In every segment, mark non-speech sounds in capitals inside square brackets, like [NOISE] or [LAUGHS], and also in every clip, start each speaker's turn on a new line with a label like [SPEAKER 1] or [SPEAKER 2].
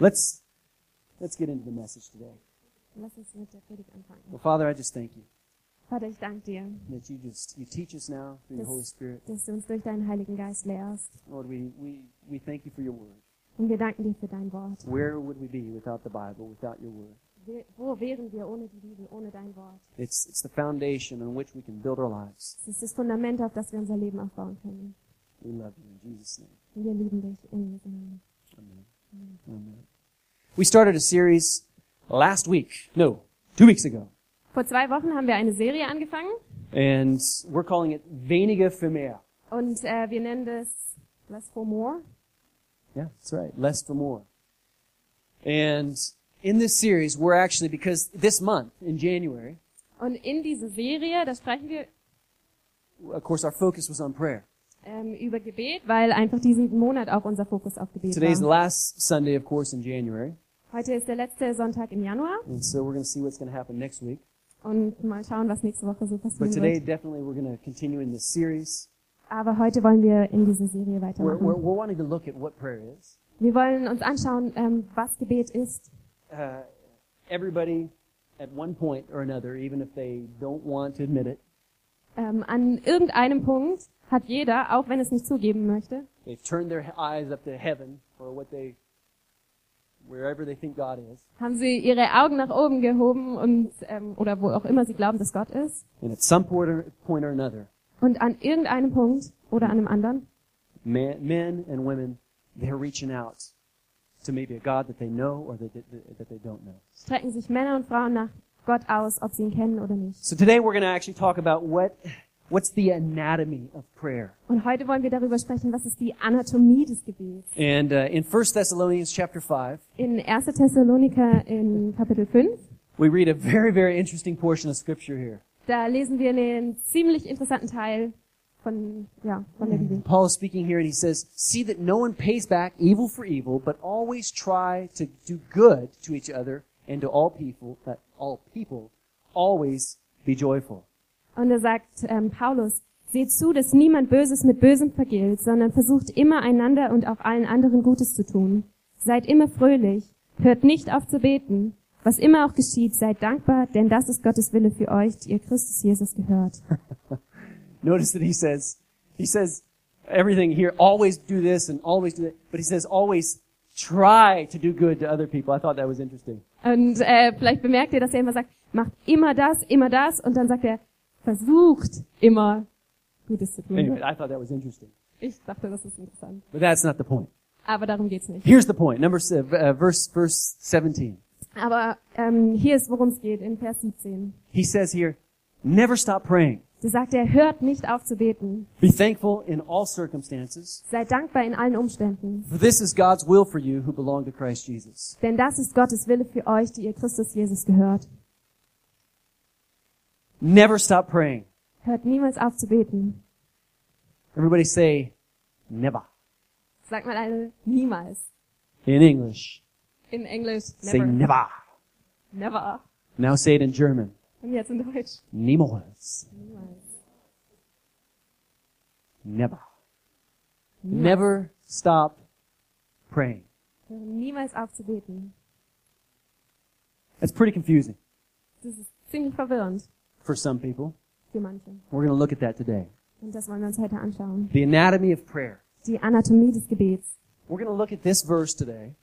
[SPEAKER 1] Let's let's get into the message today.
[SPEAKER 2] Lass uns mit der Predigt anfangen.
[SPEAKER 1] Well, Father, I just thank you
[SPEAKER 2] Vater, ich danke dir,
[SPEAKER 1] that you just you teach us now through your
[SPEAKER 2] Yes.
[SPEAKER 1] Holy Spirit.
[SPEAKER 2] dass du uns durch deinen Heiligen Geist lehrst.
[SPEAKER 1] Lord, we, we, we thank you for your word.
[SPEAKER 2] Und wir danken dir für dein Wort.
[SPEAKER 1] Where would we be without the Bible, without your word?
[SPEAKER 2] Wir- Wo wären wir ohne die Bibel, ohne dein Wort?
[SPEAKER 1] It's it's the foundation on which we can build our lives.
[SPEAKER 2] Es ist das Fundament, auf das wir unser Leben aufbauen können.
[SPEAKER 1] We love you in Jesus' name.
[SPEAKER 2] Und wir lieben dich in Jesu Namen.
[SPEAKER 1] Amen. Amen. We started a series last week. No, two weeks ago.
[SPEAKER 2] Vor zwei Wochen haben wir eine Serie angefangen
[SPEAKER 1] And we're calling it Veniga Femea.
[SPEAKER 2] und äh, wir nennen das Less for More.
[SPEAKER 1] Yeah, that's right. Less for more. And in this series, we're actually, because this month, in January,
[SPEAKER 2] Und in diese Serie, da sprechen wir
[SPEAKER 1] of course, our focus was on prayer.
[SPEAKER 2] ähm, über Gebet, weil einfach diesen Monat auch unser Fokus auf Gebet
[SPEAKER 1] Today's the
[SPEAKER 2] war.
[SPEAKER 1] last Sunday, of course, in January.
[SPEAKER 2] Heute ist der letzte Sonntag im Januar
[SPEAKER 1] And so we're going to see what's going to happen next week.
[SPEAKER 2] und mal schauen, was nächste Woche so passieren
[SPEAKER 1] But today,
[SPEAKER 2] wird.
[SPEAKER 1] definitely, we're going to continue in this series.
[SPEAKER 2] Aber heute wollen wir in dieser Serie
[SPEAKER 1] We're, we're,
[SPEAKER 2] weitermachen.
[SPEAKER 1] we're wanting to look at what prayer is.
[SPEAKER 2] Wir wollen uns anschauen, ähm, was Gebet ist.
[SPEAKER 1] Uh, everybody, at one point or another, even if they don't want to admit it,
[SPEAKER 2] Ähm, an irgendeinem Punkt hat jeder, auch wenn es nicht zugeben möchte,
[SPEAKER 1] they've turned their eyes up to heaven or what they, wherever they think God is.
[SPEAKER 2] haben sie ihre Augen nach oben gehoben und ähm, oder wo auch immer sie glauben, dass Gott ist.
[SPEAKER 1] And at some point or, point or another,
[SPEAKER 2] Und an irgendeinem Punkt oder an einem anderen
[SPEAKER 1] man, men and women, they're reaching out to maybe a God that they know or that, that, that they don't know.
[SPEAKER 2] strecken sich Männer und Frauen nach Gott aus, ob sie ihn kennen oder nicht.
[SPEAKER 1] So today we're going to actually talk about what, what's the anatomy of prayer.
[SPEAKER 2] Und heute wollen wir darüber sprechen, was ist die Anatomie des Gebets.
[SPEAKER 1] And uh, in 1 Thessalonians chapter 5,
[SPEAKER 2] In 1. Thessaloniker in Kapitel 5,
[SPEAKER 1] we read a very, very interesting portion of scripture here.
[SPEAKER 2] da lesen wir einen ziemlich interessanten Teil von, ja, von
[SPEAKER 1] Mhm.
[SPEAKER 2] der Bibel.
[SPEAKER 1] Paul is speaking here and he says, See that no one pays back evil for evil, but always try to do good to each other and to all people, that all people always be joyful.
[SPEAKER 2] Und er sagt ähm, Paulus, seht zu, dass niemand Böses mit Bösem vergilt, sondern versucht immer einander und auch allen anderen Gutes zu tun. Seid immer fröhlich, hört nicht auf zu beten. Was immer auch geschieht, seid dankbar, denn das ist Gottes Wille für euch, die ihr Christus Jesus gehört.
[SPEAKER 1] Notice that he says, he says everything here, always do this and always do that, but he says always try to do good to other people. I thought that was interesting.
[SPEAKER 2] Und äh, vielleicht bemerkt ihr, dass er immer sagt, macht immer das, immer das. Und dann sagt er, versucht immer Gutes zu tun.
[SPEAKER 1] Anyway, I thought that was interesting.
[SPEAKER 2] Ich dachte, das ist interessant.
[SPEAKER 1] But that's not the point.
[SPEAKER 2] Aber darum geht's nicht.
[SPEAKER 1] Here's the point. Number se- uh, verse verse 17.
[SPEAKER 2] Aber ähm, hier ist, worum es geht, in Vers 17.
[SPEAKER 1] He says here, never stop praying.
[SPEAKER 2] Da sagt er, hört nicht auf zu beten.
[SPEAKER 1] Be thankful in all circumstances,
[SPEAKER 2] Seid dankbar in allen Umständen.
[SPEAKER 1] for this is God's will for you who belong to Christ Jesus.
[SPEAKER 2] Denn das ist Gottes Wille für euch, die ihr Christus Jesus gehört.
[SPEAKER 1] Never stop praying.
[SPEAKER 2] Hört niemals auf zu beten.
[SPEAKER 1] Everybody say, never.
[SPEAKER 2] Sagt mal alle, niemals.
[SPEAKER 1] In English,
[SPEAKER 2] In Englisch,
[SPEAKER 1] say
[SPEAKER 2] never.
[SPEAKER 1] never.
[SPEAKER 2] Never.
[SPEAKER 1] Now say it in German.
[SPEAKER 2] Und jetzt in Deutsch,
[SPEAKER 1] Niemals.
[SPEAKER 2] niemals.
[SPEAKER 1] Never. Never stop praying.
[SPEAKER 2] Hört niemals auf zu beten.
[SPEAKER 1] That's pretty confusing
[SPEAKER 2] Das ist ziemlich verwirrend
[SPEAKER 1] for some people.
[SPEAKER 2] für manche.
[SPEAKER 1] We're going to look at that today.
[SPEAKER 2] Und das wollen wir uns heute anschauen.
[SPEAKER 1] The anatomy of prayer.
[SPEAKER 2] Die Anatomie des Gebets.
[SPEAKER 1] We're going to look at this verse today.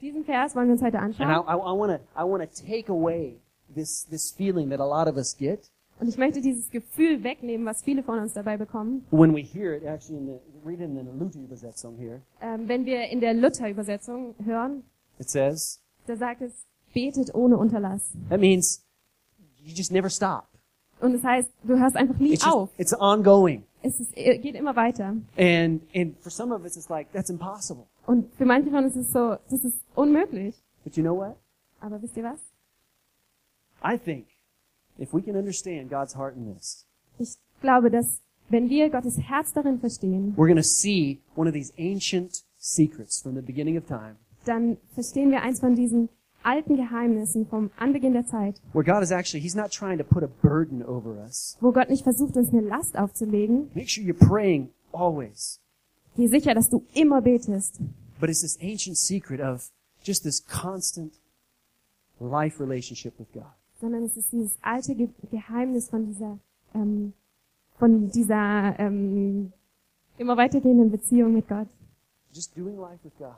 [SPEAKER 2] Diesen Vers wollen wir uns heute
[SPEAKER 1] And I,
[SPEAKER 2] anschauen.
[SPEAKER 1] I, I want to I wanna take away this, this feeling that a lot of us get
[SPEAKER 2] Und ich möchte dieses Gefühl wegnehmen, was viele von uns dabei bekommen,
[SPEAKER 1] when we hear it, actually, in the, read it in the Luther-Übersetzung here.
[SPEAKER 2] ähm, wenn wir in der Luther-Übersetzung hören,
[SPEAKER 1] It says,
[SPEAKER 2] da sagt es, betet ohne Unterlass.
[SPEAKER 1] that means you just never stop.
[SPEAKER 2] Und das heißt, du hörst einfach nie
[SPEAKER 1] It's, just-
[SPEAKER 2] auf.
[SPEAKER 1] it's ongoing.
[SPEAKER 2] Es ist, äh, geht immer weiter.
[SPEAKER 1] And, and for some of us, it's like, that's impossible.
[SPEAKER 2] Und für manche von uns ist es so, das ist unmöglich.
[SPEAKER 1] But you know what?
[SPEAKER 2] Aber wisst ihr was?
[SPEAKER 1] I think if we can understand God's heart in this,
[SPEAKER 2] Ich glaube, dass wenn wir Gottes Herz darin verstehen,
[SPEAKER 1] we're going to see one of these ancient secrets from the beginning of time
[SPEAKER 2] dann verstehen wir eins von diesen alten Geheimnissen vom Anbeginn der Zeit,
[SPEAKER 1] where God is actually, He's not trying to put a burden over us.
[SPEAKER 2] wo Gott nicht versucht, uns eine Last aufzulegen.
[SPEAKER 1] Make sure you're praying always.
[SPEAKER 2] Geh sicher, dass du immer betest.
[SPEAKER 1] But it's this ancient secret of just this constant life relationship with God.
[SPEAKER 2] sondern es ist dieses alte Ge Geheimnis von dieser, ähm, von dieser ähm, immer weitergehenden Beziehung mit Gott.
[SPEAKER 1] Just doing life with God.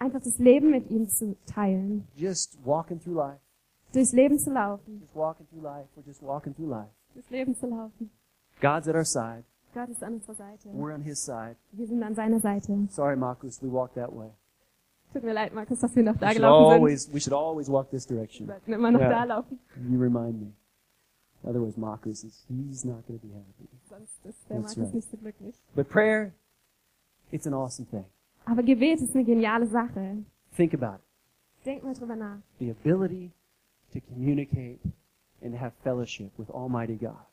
[SPEAKER 2] Einfach das Leben mit ihm zu teilen,
[SPEAKER 1] Just walking through life.
[SPEAKER 2] durchs Leben zu laufen,
[SPEAKER 1] Just walking through life. We're just walking through life.
[SPEAKER 2] durchs Leben zu laufen.
[SPEAKER 1] God's at our side.
[SPEAKER 2] Gott ist an unserer Seite.
[SPEAKER 1] We're on his side.
[SPEAKER 2] Wir sind an seiner Seite.
[SPEAKER 1] Sorry, Markus, we walked that way.
[SPEAKER 2] Tut mir leid, Markus, dass wir noch da
[SPEAKER 1] We should
[SPEAKER 2] gelaufen sind.
[SPEAKER 1] always, we should always walk this direction.
[SPEAKER 2] Wir sollten immer noch
[SPEAKER 1] Ja.
[SPEAKER 2] da laufen,
[SPEAKER 1] You remind me. Otherwise, Marcus is, he's not going to be happy.
[SPEAKER 2] sonst ist der
[SPEAKER 1] That's
[SPEAKER 2] Markus
[SPEAKER 1] right.
[SPEAKER 2] nicht so glücklich.
[SPEAKER 1] But prayer, it's an awesome thing.
[SPEAKER 2] Aber Gebet ist eine geniale Sache.
[SPEAKER 1] Think about it.
[SPEAKER 2] Denk mal drüber nach.
[SPEAKER 1] The ability to communicate and to have fellowship with Almighty God.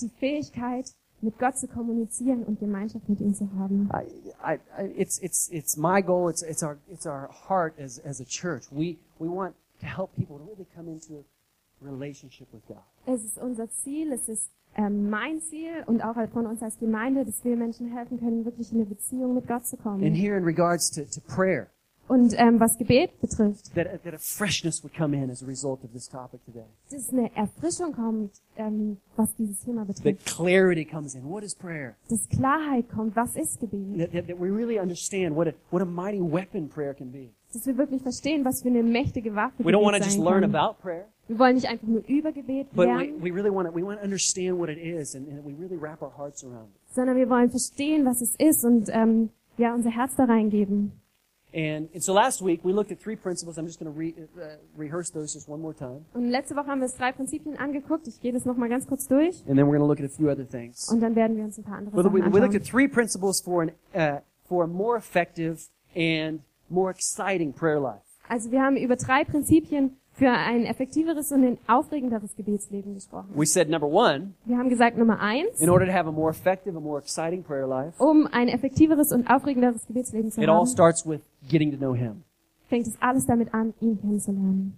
[SPEAKER 2] Die Fähigkeit, mit Gott zu kommunizieren und Gemeinschaft mit ihm zu haben.
[SPEAKER 1] I, I, I, it's, it's, it's my goal. It's, it's, our, it's our heart as, as a church. We, we want to help people to really come into a relationship with God.
[SPEAKER 2] Es ist unser Ziel, es ist ähm, mein Ziel und auch halt von uns als Gemeinde, dass wir Menschen helfen können, wirklich in eine Beziehung mit Gott zu
[SPEAKER 1] And
[SPEAKER 2] kommen.
[SPEAKER 1] here in regards to, to prayer,
[SPEAKER 2] Und ähm, was Gebet betrifft,
[SPEAKER 1] that, that a freshness would come in as a result of this topic today.
[SPEAKER 2] dass eine Erfrischung kommt, ähm, was dieses Thema betrifft.
[SPEAKER 1] That clarity comes in. What is prayer?
[SPEAKER 2] Dass Klarheit kommt, was ist Gebet?
[SPEAKER 1] That, that, that we really understand what a, what a mighty weapon prayer can be.
[SPEAKER 2] Dass wir wirklich verstehen, was für eine mächtige Waffe
[SPEAKER 1] We don't want to
[SPEAKER 2] Gebet
[SPEAKER 1] just
[SPEAKER 2] sein
[SPEAKER 1] learn
[SPEAKER 2] kann.
[SPEAKER 1] about prayer,
[SPEAKER 2] Wir wollen nicht einfach nur über Gebet
[SPEAKER 1] but we,
[SPEAKER 2] lernen,
[SPEAKER 1] we really want to, we want to understand what it is and, and we really wrap our hearts around it.
[SPEAKER 2] sondern wir wollen verstehen, was es ist und ähm, ja unser Herz da reingeben.
[SPEAKER 1] And, and so last week we looked at three principles. I'm just going to re, uh, rehearse those just one more time.
[SPEAKER 2] Und letzte Woche haben wir uns drei Prinzipien angeguckt. Ich gehe das nochmal ganz kurz durch
[SPEAKER 1] And then we're going to look at a few other things.
[SPEAKER 2] und dann werden wir uns ein paar andere
[SPEAKER 1] Well, we,
[SPEAKER 2] Sachen
[SPEAKER 1] we looked
[SPEAKER 2] anschauen.
[SPEAKER 1] at three principles for, an, uh, for a more effective and more exciting prayer life.
[SPEAKER 2] Also wir haben über drei Prinzipien für ein effektiveres und ein aufregenderes Gebetsleben gesprochen.
[SPEAKER 1] We said number one,
[SPEAKER 2] Wir haben gesagt, Nummer eins,
[SPEAKER 1] in order to have a more effective and more exciting prayer life,
[SPEAKER 2] um ein effektiveres und aufregenderes Gebetsleben zu
[SPEAKER 1] it all
[SPEAKER 2] haben,
[SPEAKER 1] starts with getting to know Him.
[SPEAKER 2] fängt es alles damit an, ihn kennenzulernen.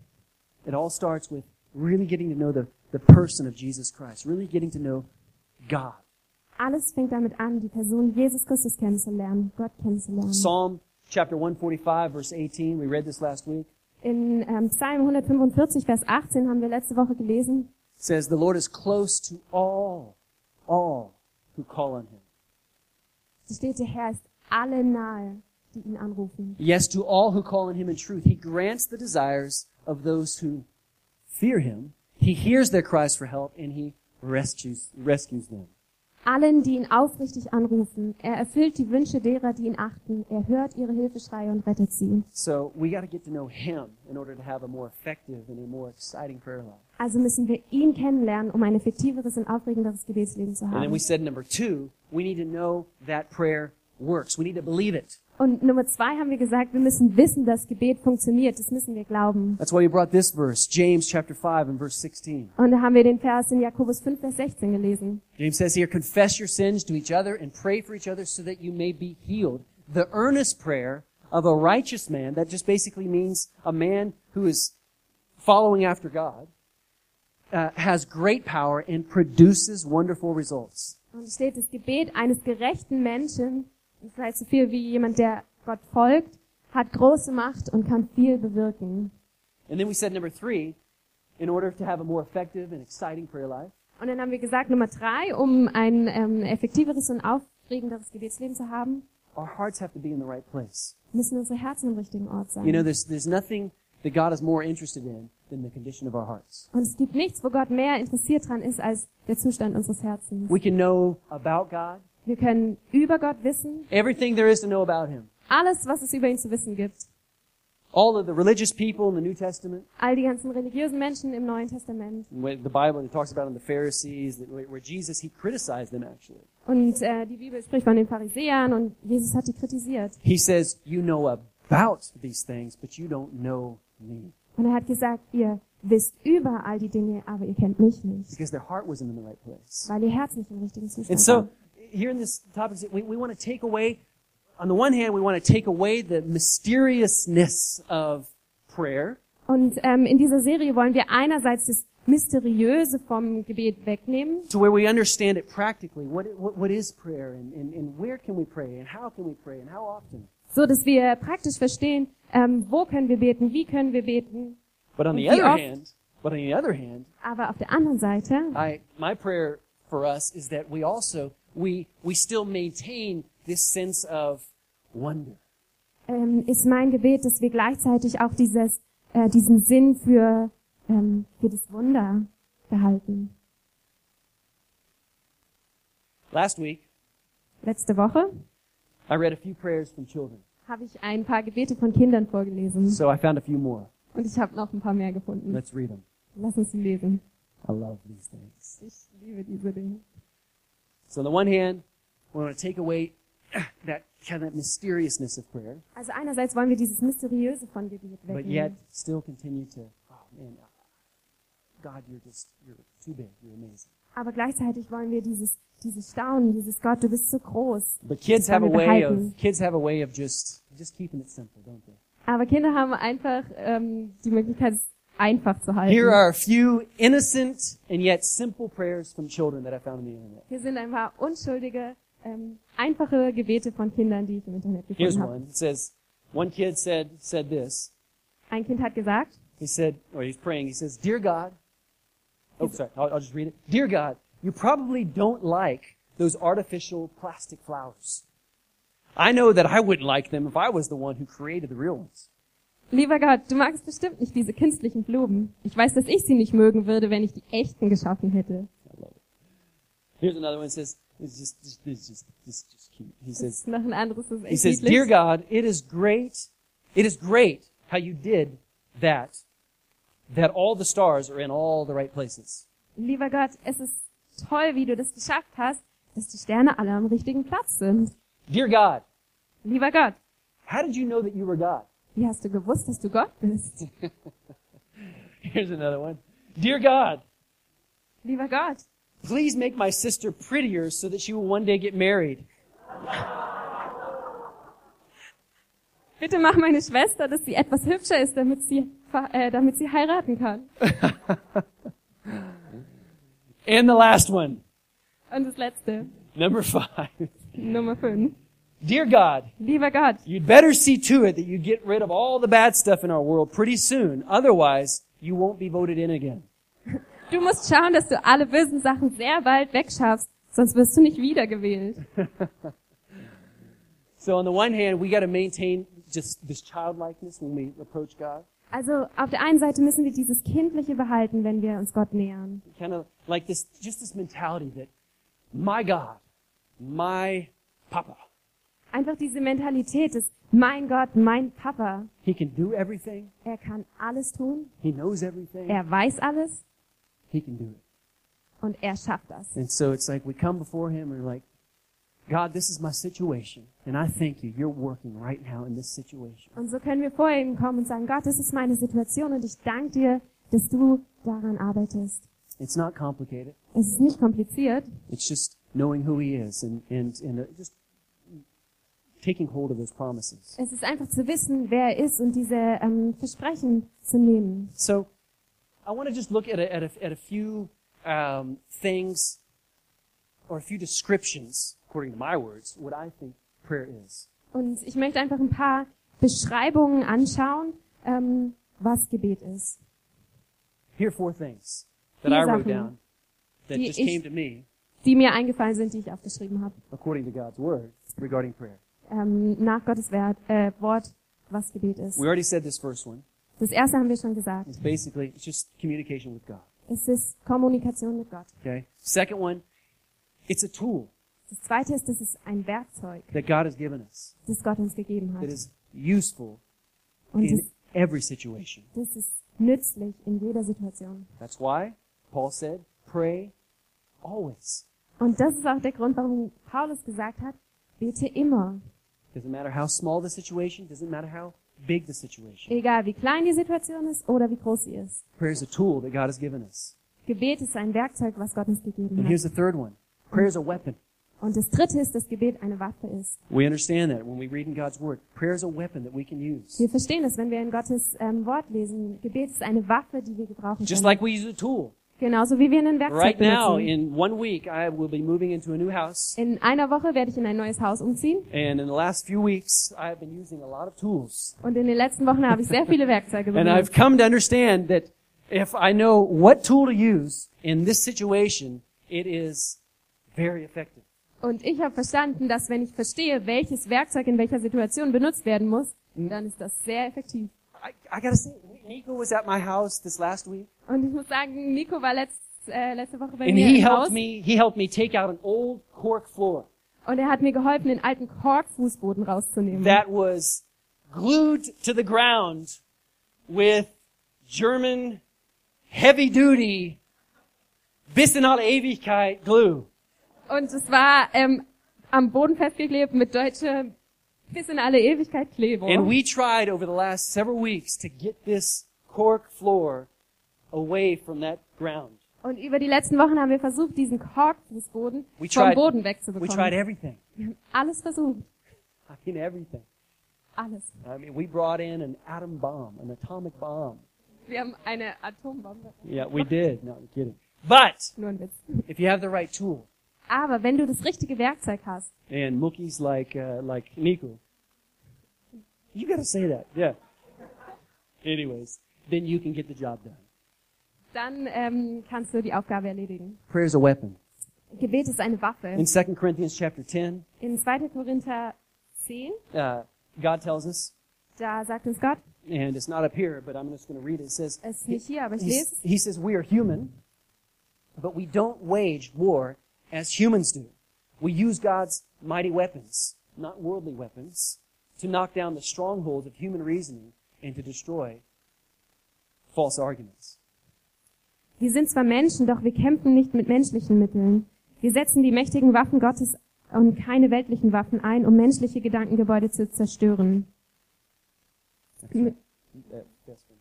[SPEAKER 1] It all starts with really getting to know the, the person of Jesus Christ, really getting to know God.
[SPEAKER 2] Alles fängt damit an, die Person Jesus Christus kennenzulernen, Gott kennenzulernen.
[SPEAKER 1] Psalm chapter 145, verse 18, we read this last week,
[SPEAKER 2] In ähm, Psalm 145, Vers 18 haben wir letzte Woche gelesen,
[SPEAKER 1] says, The Lord is close to all, all who call on Him.
[SPEAKER 2] da steht, der Herr ist alle nahe, die ihn anrufen.
[SPEAKER 1] Yes, to all who call on Him in truth. He grants the desires of those who fear Him. He hears their cries for help and He rescues, rescues them.
[SPEAKER 2] Allen, die ihn aufrichtig anrufen. Er erfüllt die Wünsche derer, die ihn achten. Er hört ihre Hilfeschreie und rettet sie.
[SPEAKER 1] So we got to get to know Him in order to have a more effective and a more exciting prayer life.
[SPEAKER 2] Also müssen wir ihn kennenlernen, um ein effektiveres und aufregenderes Gebetsleben zu
[SPEAKER 1] And then
[SPEAKER 2] haben.
[SPEAKER 1] we said, number two, we need to know that prayer works. We need to believe it.
[SPEAKER 2] Und Nummer zwei haben wir gesagt, wir müssen wissen, dass Gebet funktioniert. Das müssen wir glauben.
[SPEAKER 1] That's why we brought this verse, James chapter 5 and verse 16.
[SPEAKER 2] Und da haben wir den Vers in Jakobus 5, Vers 16 gelesen.
[SPEAKER 1] James says here, confess your sins to each other and pray for each other so that you may be healed. The earnest prayer of a righteous man, that just basically means a man who is following after God, uh, has great power and produces wonderful results.
[SPEAKER 2] Und es steht, das Gebet eines gerechten Menschen, das heißt so viel wie jemand, der Gott folgt, hat große Macht und kann viel bewirken.
[SPEAKER 1] And then we said, number three, in order to have a more effective and exciting prayer life,
[SPEAKER 2] Und dann haben wir gesagt, Nummer drei, um ein ähm, effektiveres und aufregenderes Gebetsleben zu haben,
[SPEAKER 1] our hearts have to be in the right place.
[SPEAKER 2] müssen unsere Herzen am richtigen Ort sein.
[SPEAKER 1] You know, there's, there's nothing that God is more interested in than the condition of our hearts.
[SPEAKER 2] und es gibt nichts, wo Gott mehr interessiert dran ist, als der Zustand unseres Herzens.
[SPEAKER 1] We can know about God,
[SPEAKER 2] Wir können über Gott wissen,
[SPEAKER 1] everything there is to know about Him.
[SPEAKER 2] alles, was es über ihn zu wissen gibt.
[SPEAKER 1] All of the religious people in the New Testament,
[SPEAKER 2] All die ganzen religiösen Menschen im Neuen Testament.
[SPEAKER 1] with the Bible, it talks about in the Pharisees, that where where Jesus, He criticized them actually.
[SPEAKER 2] Und äh, die Bibel spricht von den Pharisäern und Jesus hat die kritisiert.
[SPEAKER 1] He says, you know about these things, but you don't know me.
[SPEAKER 2] Und er hat gesagt, ihr wisst über all die Dinge, aber ihr kennt mich nicht,
[SPEAKER 1] Because their heart wasn't in the right place.
[SPEAKER 2] weil ihr Herz nicht im richtigen Zustand
[SPEAKER 1] And
[SPEAKER 2] ist.
[SPEAKER 1] so, here in this topic, we, we want to take away, on the one hand, we want to take away the mysteriousness of prayer,
[SPEAKER 2] Und ähm, in dieser Serie wollen wir einerseits das Mysteriöse vom Gebet wegnehmen,
[SPEAKER 1] to where we understand it practically. What, what, what is prayer and, and, and where can we pray and how can we pray and how often?
[SPEAKER 2] so dass wir praktisch verstehen, ähm, wo können wir beten, wie können wir beten.
[SPEAKER 1] But on the
[SPEAKER 2] Und wie
[SPEAKER 1] other
[SPEAKER 2] oft-
[SPEAKER 1] hand, but on the other hand,
[SPEAKER 2] Aber auf der anderen Seite,
[SPEAKER 1] I, my prayer for us is that we also, we, we still maintain this sense of wonder.
[SPEAKER 2] ähm, ist mein Gebet, dass wir gleichzeitig auch dieses, äh, diesen Sinn für, ähm, für das Wunder behalten.
[SPEAKER 1] Last week,
[SPEAKER 2] Letzte Woche
[SPEAKER 1] I read a few prayers from children,
[SPEAKER 2] habe ich ein paar Gebete von Kindern vorgelesen
[SPEAKER 1] so I found a few more.
[SPEAKER 2] und ich habe noch ein paar mehr gefunden.
[SPEAKER 1] Let's read them.
[SPEAKER 2] Lass uns sie lesen.
[SPEAKER 1] I love these things.
[SPEAKER 2] Ich liebe diese Dinge.
[SPEAKER 1] So on the one hand, we want to take away [CLEARS THROAT] that kind of mysteriousness of prayer,
[SPEAKER 2] Also einerseits wollen wir dieses Mysteriöse von Gebet
[SPEAKER 1] but yet
[SPEAKER 2] wegnehmen.
[SPEAKER 1] still continue to, oh man, God, you're just, you're too big, you're amazing.
[SPEAKER 2] Aber gleichzeitig wollen wir dieses, dieses Staunen, dieses Gott, du bist so groß.
[SPEAKER 1] But kids
[SPEAKER 2] Das
[SPEAKER 1] have a
[SPEAKER 2] wollen wir
[SPEAKER 1] way of,
[SPEAKER 2] behalten.
[SPEAKER 1] kids have a way of just, just keeping it simple, don't they?
[SPEAKER 2] Aber Kinder haben einfach ähm, die Möglichkeit, es einfach zu halten.
[SPEAKER 1] Here are a few innocent and yet simple prayers from children that I found on the internet.
[SPEAKER 2] Hier sind ein paar unschuldige, ähm, einfache Gebete von Kindern, die ich im Internet
[SPEAKER 1] Here's
[SPEAKER 2] gefunden habe.
[SPEAKER 1] one. It says, one kid said, said this.
[SPEAKER 2] Ein Kind hat gesagt,
[SPEAKER 1] He said, or he's praying, he says, Dear God, oh, sorry, I'll, I'll just read it. Dear God, you probably don't like those artificial plastic flowers. I know that I wouldn't like them if I was the one who created the real ones.
[SPEAKER 2] lieber Gott, du magst bestimmt nicht diese künstlichen Blumen. Ich weiß, dass ich sie nicht mögen würde, wenn ich die echten geschaffen hätte.
[SPEAKER 1] I love it. Here's another one. It says, it's just, it's just, it's just, just cute. He
[SPEAKER 2] Das
[SPEAKER 1] says,
[SPEAKER 2] ist noch ein anderes, das ist
[SPEAKER 1] He
[SPEAKER 2] echt
[SPEAKER 1] says, Dear
[SPEAKER 2] niedlich.
[SPEAKER 1] God, it is great, it is great how you did that, that all the stars are in all the right places.
[SPEAKER 2] Lieber Gott, es ist toll, wie du das geschafft hast, dass die Sterne alle am richtigen Platz sind.
[SPEAKER 1] Dear God,
[SPEAKER 2] Lieber Gott,
[SPEAKER 1] how did you know that you were God? [LAUGHS]
[SPEAKER 2] wie hast du gewusst, dass du Gott bist?
[SPEAKER 1] Here's another one. Dear God,
[SPEAKER 2] Lieber Gott,
[SPEAKER 1] please make my sister prettier so that she will one day get married.
[SPEAKER 2] bitte mach meine Schwester, dass sie etwas hübscher ist, damit sie, ver- äh, damit sie heiraten kann.
[SPEAKER 1] And the last one,
[SPEAKER 2] Und das letzte,
[SPEAKER 1] number five. [LAUGHS]
[SPEAKER 2] Nummer 5.
[SPEAKER 1] Dear God,
[SPEAKER 2] Lieber Gott,
[SPEAKER 1] you'd better see to it that you get rid of all the bad stuff in our world pretty soon. Otherwise, you won't be voted in again.
[SPEAKER 2] du musst schauen, dass du alle bösen Sachen sehr bald wegschaffst, sonst wirst du nicht wiedergewählt.
[SPEAKER 1] So on the one hand, we got to maintain just this childlikeness when we approach God,
[SPEAKER 2] Also auf der einen Seite müssen wir dieses Kindliche behalten, wenn wir uns Gott nähern.
[SPEAKER 1] kind of like this, just this mentality that my God, my Papa,
[SPEAKER 2] Einfach diese Mentalität des, mein Gott, mein Papa,
[SPEAKER 1] He can do everything,
[SPEAKER 2] er kann alles tun,
[SPEAKER 1] He knows everything,
[SPEAKER 2] er weiß alles
[SPEAKER 1] He can do it.
[SPEAKER 2] und er schafft das.
[SPEAKER 1] And so it's like we come before Him and we're like, God, this is my situation, and I thank you. You're working right now in this situation.
[SPEAKER 2] Und so können wir vor ihn kommen und sagen, Gott, das ist meine Situation und ich danke dir, dass du daran arbeitest.
[SPEAKER 1] It's not complicated.
[SPEAKER 2] Es ist nicht kompliziert,
[SPEAKER 1] It's just knowing who He is and and and uh, just taking hold of those promises.
[SPEAKER 2] es ist einfach zu wissen, wer er ist und diese ähm, Versprechen zu nehmen.
[SPEAKER 1] So, I want to just look at a, at a, at a few um, things or a few descriptions, according to my words, what I think prayer is.
[SPEAKER 2] Und ich möchte einfach ein paar Beschreibungen anschauen, ähm, was Gebet ist.
[SPEAKER 1] Here are four things that
[SPEAKER 2] Vier
[SPEAKER 1] I wrote
[SPEAKER 2] Sachen,
[SPEAKER 1] down that
[SPEAKER 2] die
[SPEAKER 1] just
[SPEAKER 2] ich-
[SPEAKER 1] came to me
[SPEAKER 2] Die mir eingefallen sind, die ich aufgeschrieben habe.
[SPEAKER 1] according to God's word regarding prayer.
[SPEAKER 2] Ähm, nach Gottes Wert, äh, Wort, was Gebet ist.
[SPEAKER 1] We already said this first one.
[SPEAKER 2] Das erste haben wir schon gesagt.
[SPEAKER 1] It's basically it's just communication with God.
[SPEAKER 2] Es ist Kommunikation mit Gott.
[SPEAKER 1] Okay. Second one, it's a tool
[SPEAKER 2] Das zweite ist, es ist ein Werkzeug,
[SPEAKER 1] that God has given us
[SPEAKER 2] das Gott uns gegeben hat.
[SPEAKER 1] that is useful
[SPEAKER 2] Und
[SPEAKER 1] in
[SPEAKER 2] das,
[SPEAKER 1] every situation.
[SPEAKER 2] das ist nützlich in jeder Situation.
[SPEAKER 1] That's why Paul said, "Pray always."
[SPEAKER 2] Und das ist auch der Grund, warum Paulus gesagt hat, bete immer.
[SPEAKER 1] Doesn't matter how small the situation, doesn't matter how big the situation.
[SPEAKER 2] Egal wie klein die Situation ist oder wie groß sie ist.
[SPEAKER 1] Prayer is a tool that God has given us.
[SPEAKER 2] Gebet ist ein Werkzeug, was Gott uns gegeben
[SPEAKER 1] And
[SPEAKER 2] hat.
[SPEAKER 1] here's the third one. Prayer is a weapon.
[SPEAKER 2] Und das dritte ist, dass Gebet eine Waffe ist.
[SPEAKER 1] We understand that when we read in God's Word. Prayer is a weapon that we can use.
[SPEAKER 2] Wir verstehen das, wenn wir in Gottes ähm, Wort lesen. Gebet ist eine Waffe, die wir gebrauchen
[SPEAKER 1] Just
[SPEAKER 2] können.
[SPEAKER 1] like we use a tool.
[SPEAKER 2] Genauso wie wir einen Werkzeug
[SPEAKER 1] Right now,
[SPEAKER 2] benutzen.
[SPEAKER 1] in one week, I will be moving into a new house.
[SPEAKER 2] In einer Woche werde ich in ein neues Haus umziehen
[SPEAKER 1] And in the last few weeks, I have been using a lot of tools.
[SPEAKER 2] und in den letzten Wochen habe ich sehr viele Werkzeuge
[SPEAKER 1] And I've
[SPEAKER 2] benutzt.
[SPEAKER 1] come to understand that if I know what tool to use in this situation, it is very effective.
[SPEAKER 2] Und ich habe verstanden, dass wenn ich verstehe, welches Werkzeug in welcher Situation benutzt werden muss,
[SPEAKER 1] Mm.
[SPEAKER 2] dann ist das sehr effektiv.
[SPEAKER 1] I, I gotta say, Nico was at my house this last week,
[SPEAKER 2] Und ich muss sagen, Nico war letzt, äh, letzte Woche bei
[SPEAKER 1] and
[SPEAKER 2] mir
[SPEAKER 1] he
[SPEAKER 2] im Haus
[SPEAKER 1] helped me. He helped me take out an old cork floor
[SPEAKER 2] und er hat mir geholfen, den alten Korkfußboden rauszunehmen.
[SPEAKER 1] that was glued to the ground with German heavy-duty bis in alle Ewigkeit glue.
[SPEAKER 2] Und es war ähm, am Boden festgeklebt mit deutscher bis in alle Ewigkeit
[SPEAKER 1] And
[SPEAKER 2] Klebung.
[SPEAKER 1] we tried over the last several weeks to get this cork floor away from that ground.
[SPEAKER 2] Und über die letzten Wochen haben wir versucht, diesen Korkfußboden
[SPEAKER 1] We
[SPEAKER 2] vom
[SPEAKER 1] tried,
[SPEAKER 2] Boden
[SPEAKER 1] we tried
[SPEAKER 2] wegzubekommen.
[SPEAKER 1] everything.
[SPEAKER 2] Alles versucht.
[SPEAKER 1] I mean, everything.
[SPEAKER 2] Alles.
[SPEAKER 1] I mean, we brought in an atom bomb, an atomic bomb.
[SPEAKER 2] Wir haben eine Atombombe.
[SPEAKER 1] Yeah, we did. No, I'm kidding. But
[SPEAKER 2] Nur ein Witz.
[SPEAKER 1] if you have the right tool,
[SPEAKER 2] Aber wenn du das richtige Werkzeug hast,
[SPEAKER 1] and Mookie's like uh, like Nico, you got to say that. Yeah. Anyways, then you can get the job done.
[SPEAKER 2] dann ähm, kannst du die Aufgabe erledigen.
[SPEAKER 1] Prayer is a weapon.
[SPEAKER 2] Gebet ist eine
[SPEAKER 1] In
[SPEAKER 2] Waffe.
[SPEAKER 1] 2 Corinthians chapter 10,
[SPEAKER 2] In 2. Korinther 10,
[SPEAKER 1] uh, God tells us
[SPEAKER 2] da sagt uns Gott,
[SPEAKER 1] and it's not up here, but I'm just going to read it. It says,
[SPEAKER 2] es ist nicht hier, aber ich lese
[SPEAKER 1] he's-
[SPEAKER 2] es.
[SPEAKER 1] he says, we are human, but we don't wage war as humans do. We use God's mighty weapons, not worldly weapons, to knock down the strongholds of human reasoning and to destroy false arguments.
[SPEAKER 2] Wir sind zwar Menschen, doch wir kämpfen nicht mit menschlichen Mitteln. Wir setzen die mächtigen Waffen Gottes und keine weltlichen Waffen ein, um menschliche Gedankengebäude zu zerstören. M-
[SPEAKER 1] That- that's from-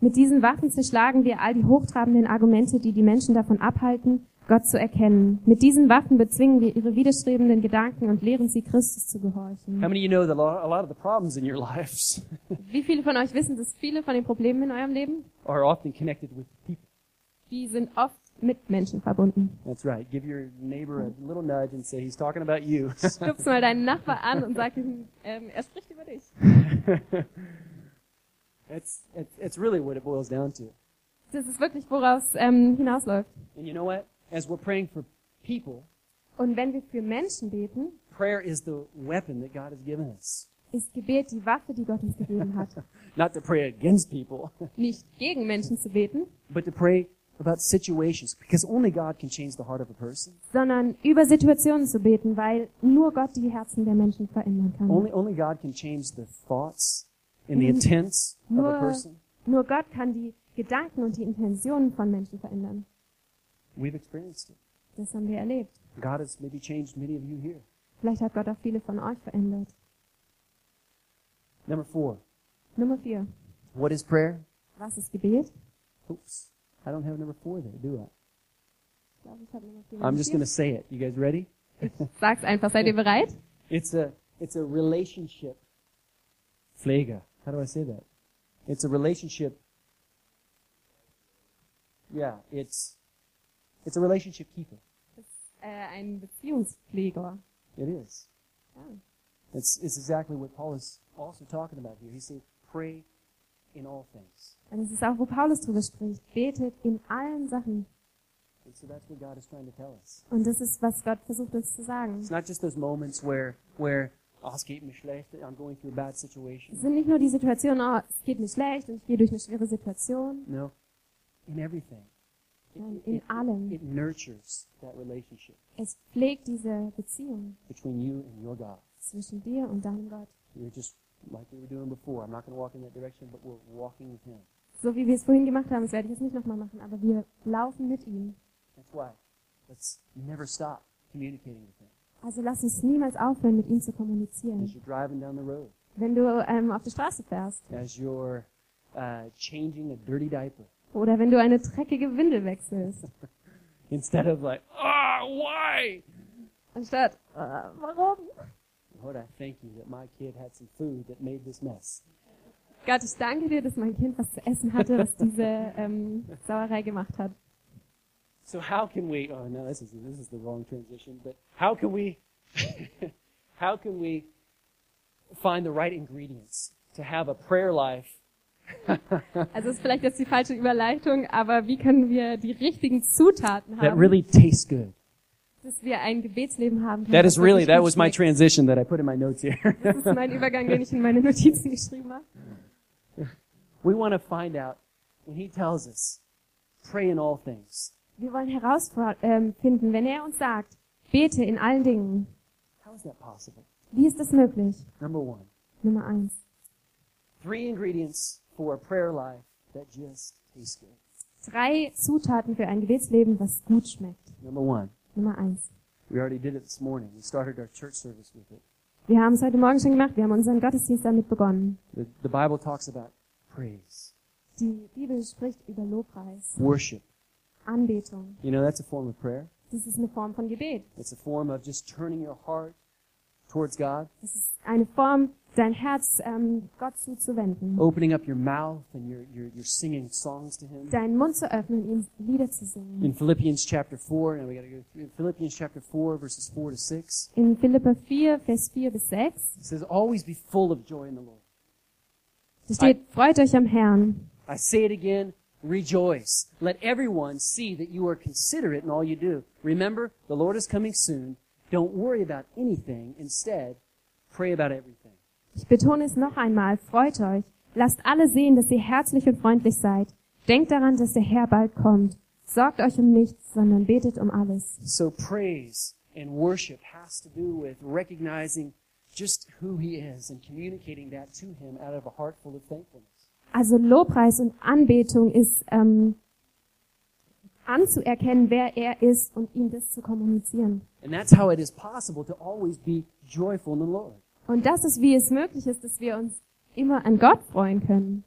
[SPEAKER 2] Mit diesen Waffen zerschlagen wir all die hochtrabenden Argumente, die die Menschen davon abhalten, Gott zu erkennen. Mit diesen Waffen bezwingen wir ihre widerstrebenden Gedanken und lehren sie, Christus zu
[SPEAKER 1] How
[SPEAKER 2] gehorchen.
[SPEAKER 1] many of you know that a lot a lot of the problems in your [LAUGHS] lives
[SPEAKER 2] Wie viele von euch wissen, dass viele von den Problemen in eurem Leben,
[SPEAKER 1] are often connected with people?
[SPEAKER 2] die sind oft mit Menschen verbunden.
[SPEAKER 1] That's right. Give your neighbor a little nudge and say, he's talking about you. [LAUGHS]
[SPEAKER 2] Stups mal deinen Nachbar an und sag ihm, ähm, er spricht über dich.
[SPEAKER 1] that's, that's, that's really what it boils down to.
[SPEAKER 2] Das ist wirklich, woraus ähm, hinausläuft.
[SPEAKER 1] And you know what? As we're praying for people,
[SPEAKER 2] Und wenn wir für Menschen beten,
[SPEAKER 1] prayer is the weapon that God has given us.
[SPEAKER 2] ist Gebet die Waffe, die Gott uns gegeben hat.
[SPEAKER 1] [LAUGHS] Not to pray against people, [LAUGHS]
[SPEAKER 2] Nicht gegen Menschen zu beten,
[SPEAKER 1] but to pray about situations because only God can change the heart of a person.
[SPEAKER 2] sondern über Situationen zu beten, weil nur Gott die Herzen der Menschen verändern kann.
[SPEAKER 1] Only only God can change the thoughts and the intents of a
[SPEAKER 2] Nur,
[SPEAKER 1] person.
[SPEAKER 2] nur Gott kann die Gedanken und die Intentionen von Menschen verändern.
[SPEAKER 1] We've experienced it.
[SPEAKER 2] Das haben wir erlebt.
[SPEAKER 1] God has maybe changed many of you here.
[SPEAKER 2] Vielleicht hat Gott auch viele von euch verändert.
[SPEAKER 1] Number 4.
[SPEAKER 2] Nummer vier.
[SPEAKER 1] What is prayer?
[SPEAKER 2] Was ist Gebet?
[SPEAKER 1] Oops. I don't have number 4 there, do
[SPEAKER 2] Ich glaube, ich habe Nummer vier.
[SPEAKER 1] I? I'm just going to say it. You guys ready?
[SPEAKER 2] Sag's einfach. Seid ihr bereit?
[SPEAKER 1] It's a it's a relationship. Pflege. How do I say that? It's a relationship. Yeah, it's it's a relationship keeper.
[SPEAKER 2] Äh, ein Beziehungspfleger.
[SPEAKER 1] It is.
[SPEAKER 2] Ja.
[SPEAKER 1] It's it's exactly what Paul is also talking about here. He said, "Pray in all things."
[SPEAKER 2] Und es ist auch, wo Paulus drüber spricht. Betet in allen Sachen.
[SPEAKER 1] And so that's what God is trying to tell us.
[SPEAKER 2] Und das ist, was Gott versucht uns zu sagen.
[SPEAKER 1] It's not just those moments where where "Oh, es geht mir schlecht, I'm going through a bad
[SPEAKER 2] Es
[SPEAKER 1] situation.
[SPEAKER 2] sind nicht nur die Situationen, oh, es geht mir schlecht und ich gehe durch eine schwere Situation.
[SPEAKER 1] No, in everything. It-
[SPEAKER 2] Nein,
[SPEAKER 1] it-
[SPEAKER 2] in allem.
[SPEAKER 1] it nurtures that relationship.
[SPEAKER 2] Es pflegt diese Beziehung
[SPEAKER 1] between you and your God.
[SPEAKER 2] zwischen dir und deinem Gott.
[SPEAKER 1] You're just like we were doing before. I'm not going to walk in that direction, but we're walking with Him.
[SPEAKER 2] So wie wir es vorhin gemacht haben, das werde ich jetzt nicht nochmal machen, aber wir laufen mit ihm.
[SPEAKER 1] That's why. Let's never stop communicating with Him.
[SPEAKER 2] Also lass uns niemals aufhören, mit ihm zu
[SPEAKER 1] As
[SPEAKER 2] kommunizieren.
[SPEAKER 1] you're driving down the road,
[SPEAKER 2] Wenn du ähm, auf der Straße fährst
[SPEAKER 1] as you're uh, changing a dirty diaper, [LAUGHS]
[SPEAKER 2] oder wenn du eine dreckige Windel wechselst,
[SPEAKER 1] instead of like, ah, why?
[SPEAKER 2] anstatt, äh, warum?
[SPEAKER 1] Lord, I thank you that my kid had some food that made this mess.
[SPEAKER 2] Gott, ich danke dir, dass mein Kind was zu essen hatte, was diese ähm, Sauerei gemacht hat.
[SPEAKER 1] So how can we? Oh no, this is this is the wrong transition. But how can we? [LAUGHS] how can we find the right ingredients to have a prayer life?
[SPEAKER 2] Also ist vielleicht jetzt die falsche Überleitung, aber wie können wir die richtigen Zutaten
[SPEAKER 1] That
[SPEAKER 2] haben,
[SPEAKER 1] really tastes good.
[SPEAKER 2] dass wir ein Gebetsleben haben?
[SPEAKER 1] That is
[SPEAKER 2] das
[SPEAKER 1] really
[SPEAKER 2] wirklich
[SPEAKER 1] that
[SPEAKER 2] gut
[SPEAKER 1] was my
[SPEAKER 2] schmeckt?
[SPEAKER 1] transition that I put in my notes here. [LAUGHS]
[SPEAKER 2] Das ist mein Übergang, den ich in meine Notizen geschrieben habe.
[SPEAKER 1] we want to find out when he tells us, pray in all things.
[SPEAKER 2] Wir wollen herausfinden, wenn er uns sagt, bete in allen Dingen.
[SPEAKER 1] How is that possible?
[SPEAKER 2] Wie ist das möglich?
[SPEAKER 1] Number one,
[SPEAKER 2] Nummer eins.
[SPEAKER 1] three ingredients for a prayer life that just tastes good.
[SPEAKER 2] Drei Zutaten für ein Gebetsleben, was gut schmeckt.
[SPEAKER 1] Number one,
[SPEAKER 2] Nummer eins.
[SPEAKER 1] we already did it this morning. We started our church service with it.
[SPEAKER 2] Wir haben es heute Morgen schon gemacht. Wir haben unseren Gottesdienst damit begonnen.
[SPEAKER 1] The, the Bible talks about praise,
[SPEAKER 2] Die Bibel spricht über Lobpreis,
[SPEAKER 1] worship.
[SPEAKER 2] Anbetung.
[SPEAKER 1] You know, that's a form of prayer.
[SPEAKER 2] Das ist eine Form von Gebet.
[SPEAKER 1] It's a form of just turning your heart towards God,
[SPEAKER 2] Es ist eine Form, dein Herz ähm, Gott zuzuwenden.
[SPEAKER 1] opening up your mouth and your, your, your singing songs to Him.
[SPEAKER 2] Deinen Mund zu öffnen, ihm Lieder zu singen.
[SPEAKER 1] In Philippians chapter 4, now we got to go through Philippians chapter 4, verses 4 to 6,
[SPEAKER 2] In Philippa 4, Vers 4 bis 6,
[SPEAKER 1] it says, Always be full of joy in the Lord.
[SPEAKER 2] da steht, freut euch am Herrn.
[SPEAKER 1] I say it again, rejoice. Let everyone see that you are considerate in all you do. Remember, the Lord is coming soon. Don't worry about anything. Instead, pray about everything.
[SPEAKER 2] Ich betone es noch einmal, freut euch. Lasst alle sehen, dass ihr herzlich und freundlich seid. Denkt daran, dass der Herr bald kommt. Sorgt euch um nichts, sondern betet um alles.
[SPEAKER 1] So praise and worship has to do with recognizing just who he is and communicating that to him out of a heart full of thankfulness.
[SPEAKER 2] Also Lobpreis und Anbetung ist ähm, anzuerkennen, wer er ist und ihm das zu kommunizieren.
[SPEAKER 1] And that's how it is possible to always be joyful in the Lord.
[SPEAKER 2] Und das ist, wie es möglich ist, dass wir uns immer an Gott freuen können.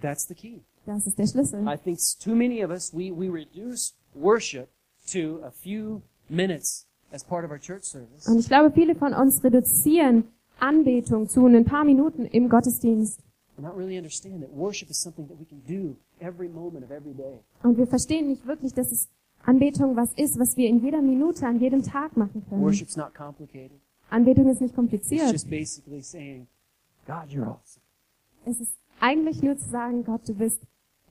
[SPEAKER 1] That's the key.
[SPEAKER 2] Das ist der Schlüssel.
[SPEAKER 1] I think s- too many of us, we, we reduce worship to a few minutes as part of our church service.
[SPEAKER 2] Und ich glaube, viele von uns reduzieren Anbetung zu ein paar Minuten im Gottesdienst.
[SPEAKER 1] and not really understand that worship is something that we can do every moment of every day.
[SPEAKER 2] Und wir verstehen nicht wirklich, dass es Anbetung was ist, was wir in jeder Minute, an jedem Tag machen können.
[SPEAKER 1] Worship's not complicated.
[SPEAKER 2] Anbetung ist nicht
[SPEAKER 1] It's
[SPEAKER 2] kompliziert.
[SPEAKER 1] just basically saying, God, you're awesome.
[SPEAKER 2] Es ist eigentlich nur zu sagen, Gott, du bist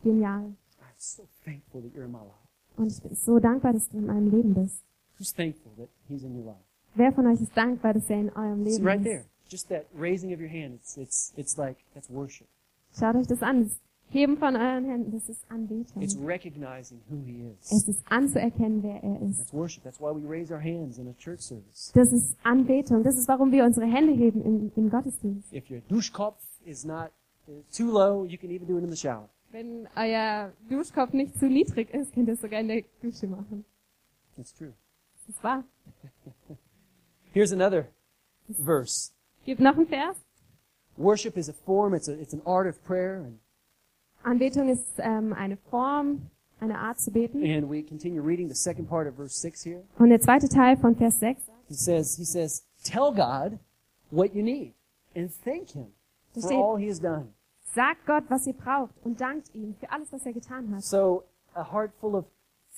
[SPEAKER 2] genial.
[SPEAKER 1] I'm so thankful that you're in my life.
[SPEAKER 2] Und ich bin so dankbar, dass du in meinem Leben bist.
[SPEAKER 1] Who's thankful that He's in your life?
[SPEAKER 2] Wer von euch ist dankbar, dass er in eurem
[SPEAKER 1] See,
[SPEAKER 2] Leben
[SPEAKER 1] right
[SPEAKER 2] ist?
[SPEAKER 1] there, just that raising of your hand. It's it's it's like that's worship.
[SPEAKER 2] Schaut euch das an. Das Heben von euren Händen, das ist Anbetung.
[SPEAKER 1] It's recognizing who He
[SPEAKER 2] Es
[SPEAKER 1] is.
[SPEAKER 2] ist anzuerkennen, wer er ist.
[SPEAKER 1] That's worship. That's why we raise our hands in a church service.
[SPEAKER 2] Das ist Anbetung. Das ist, warum wir unsere Hände heben im, im Gottesdienst.
[SPEAKER 1] If your duschkopf is not uh, too low, you can even do it in the shower.
[SPEAKER 2] Wenn euer Duschkopf nicht zu niedrig ist, könnt ihr es sogar in der Dusche machen.
[SPEAKER 1] It's true.
[SPEAKER 2] Das war.
[SPEAKER 1] Here's another verse.
[SPEAKER 2] Gibt noch einen Vers.
[SPEAKER 1] Worship is a form. It's a it's an art of prayer and
[SPEAKER 2] Anbetung ist ähm, eine Form, eine Art zu beten.
[SPEAKER 1] And we continue reading the second part of verse 6 here.
[SPEAKER 2] Und der zweite Teil von Vers 6,
[SPEAKER 1] He says, he says, tell God what you need and thank him
[SPEAKER 2] da
[SPEAKER 1] for
[SPEAKER 2] steht,
[SPEAKER 1] all he has done.
[SPEAKER 2] sagt Gott, was ihr braucht und dankt ihm für alles, was er getan hat.
[SPEAKER 1] So a heart full of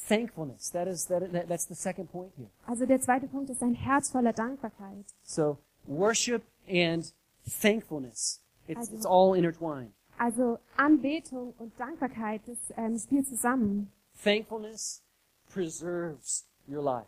[SPEAKER 1] thankfulness. That is, that, that, that's the second point here.
[SPEAKER 2] Also der zweite Punkt ist ein Herz voller Dankbarkeit.
[SPEAKER 1] So worship and thankfulness. It's,
[SPEAKER 2] Also-
[SPEAKER 1] it's all intertwined.
[SPEAKER 2] Also Anbetung und Dankbarkeit, das ähm, spielt zusammen.
[SPEAKER 1] Thankfulness preserves your life.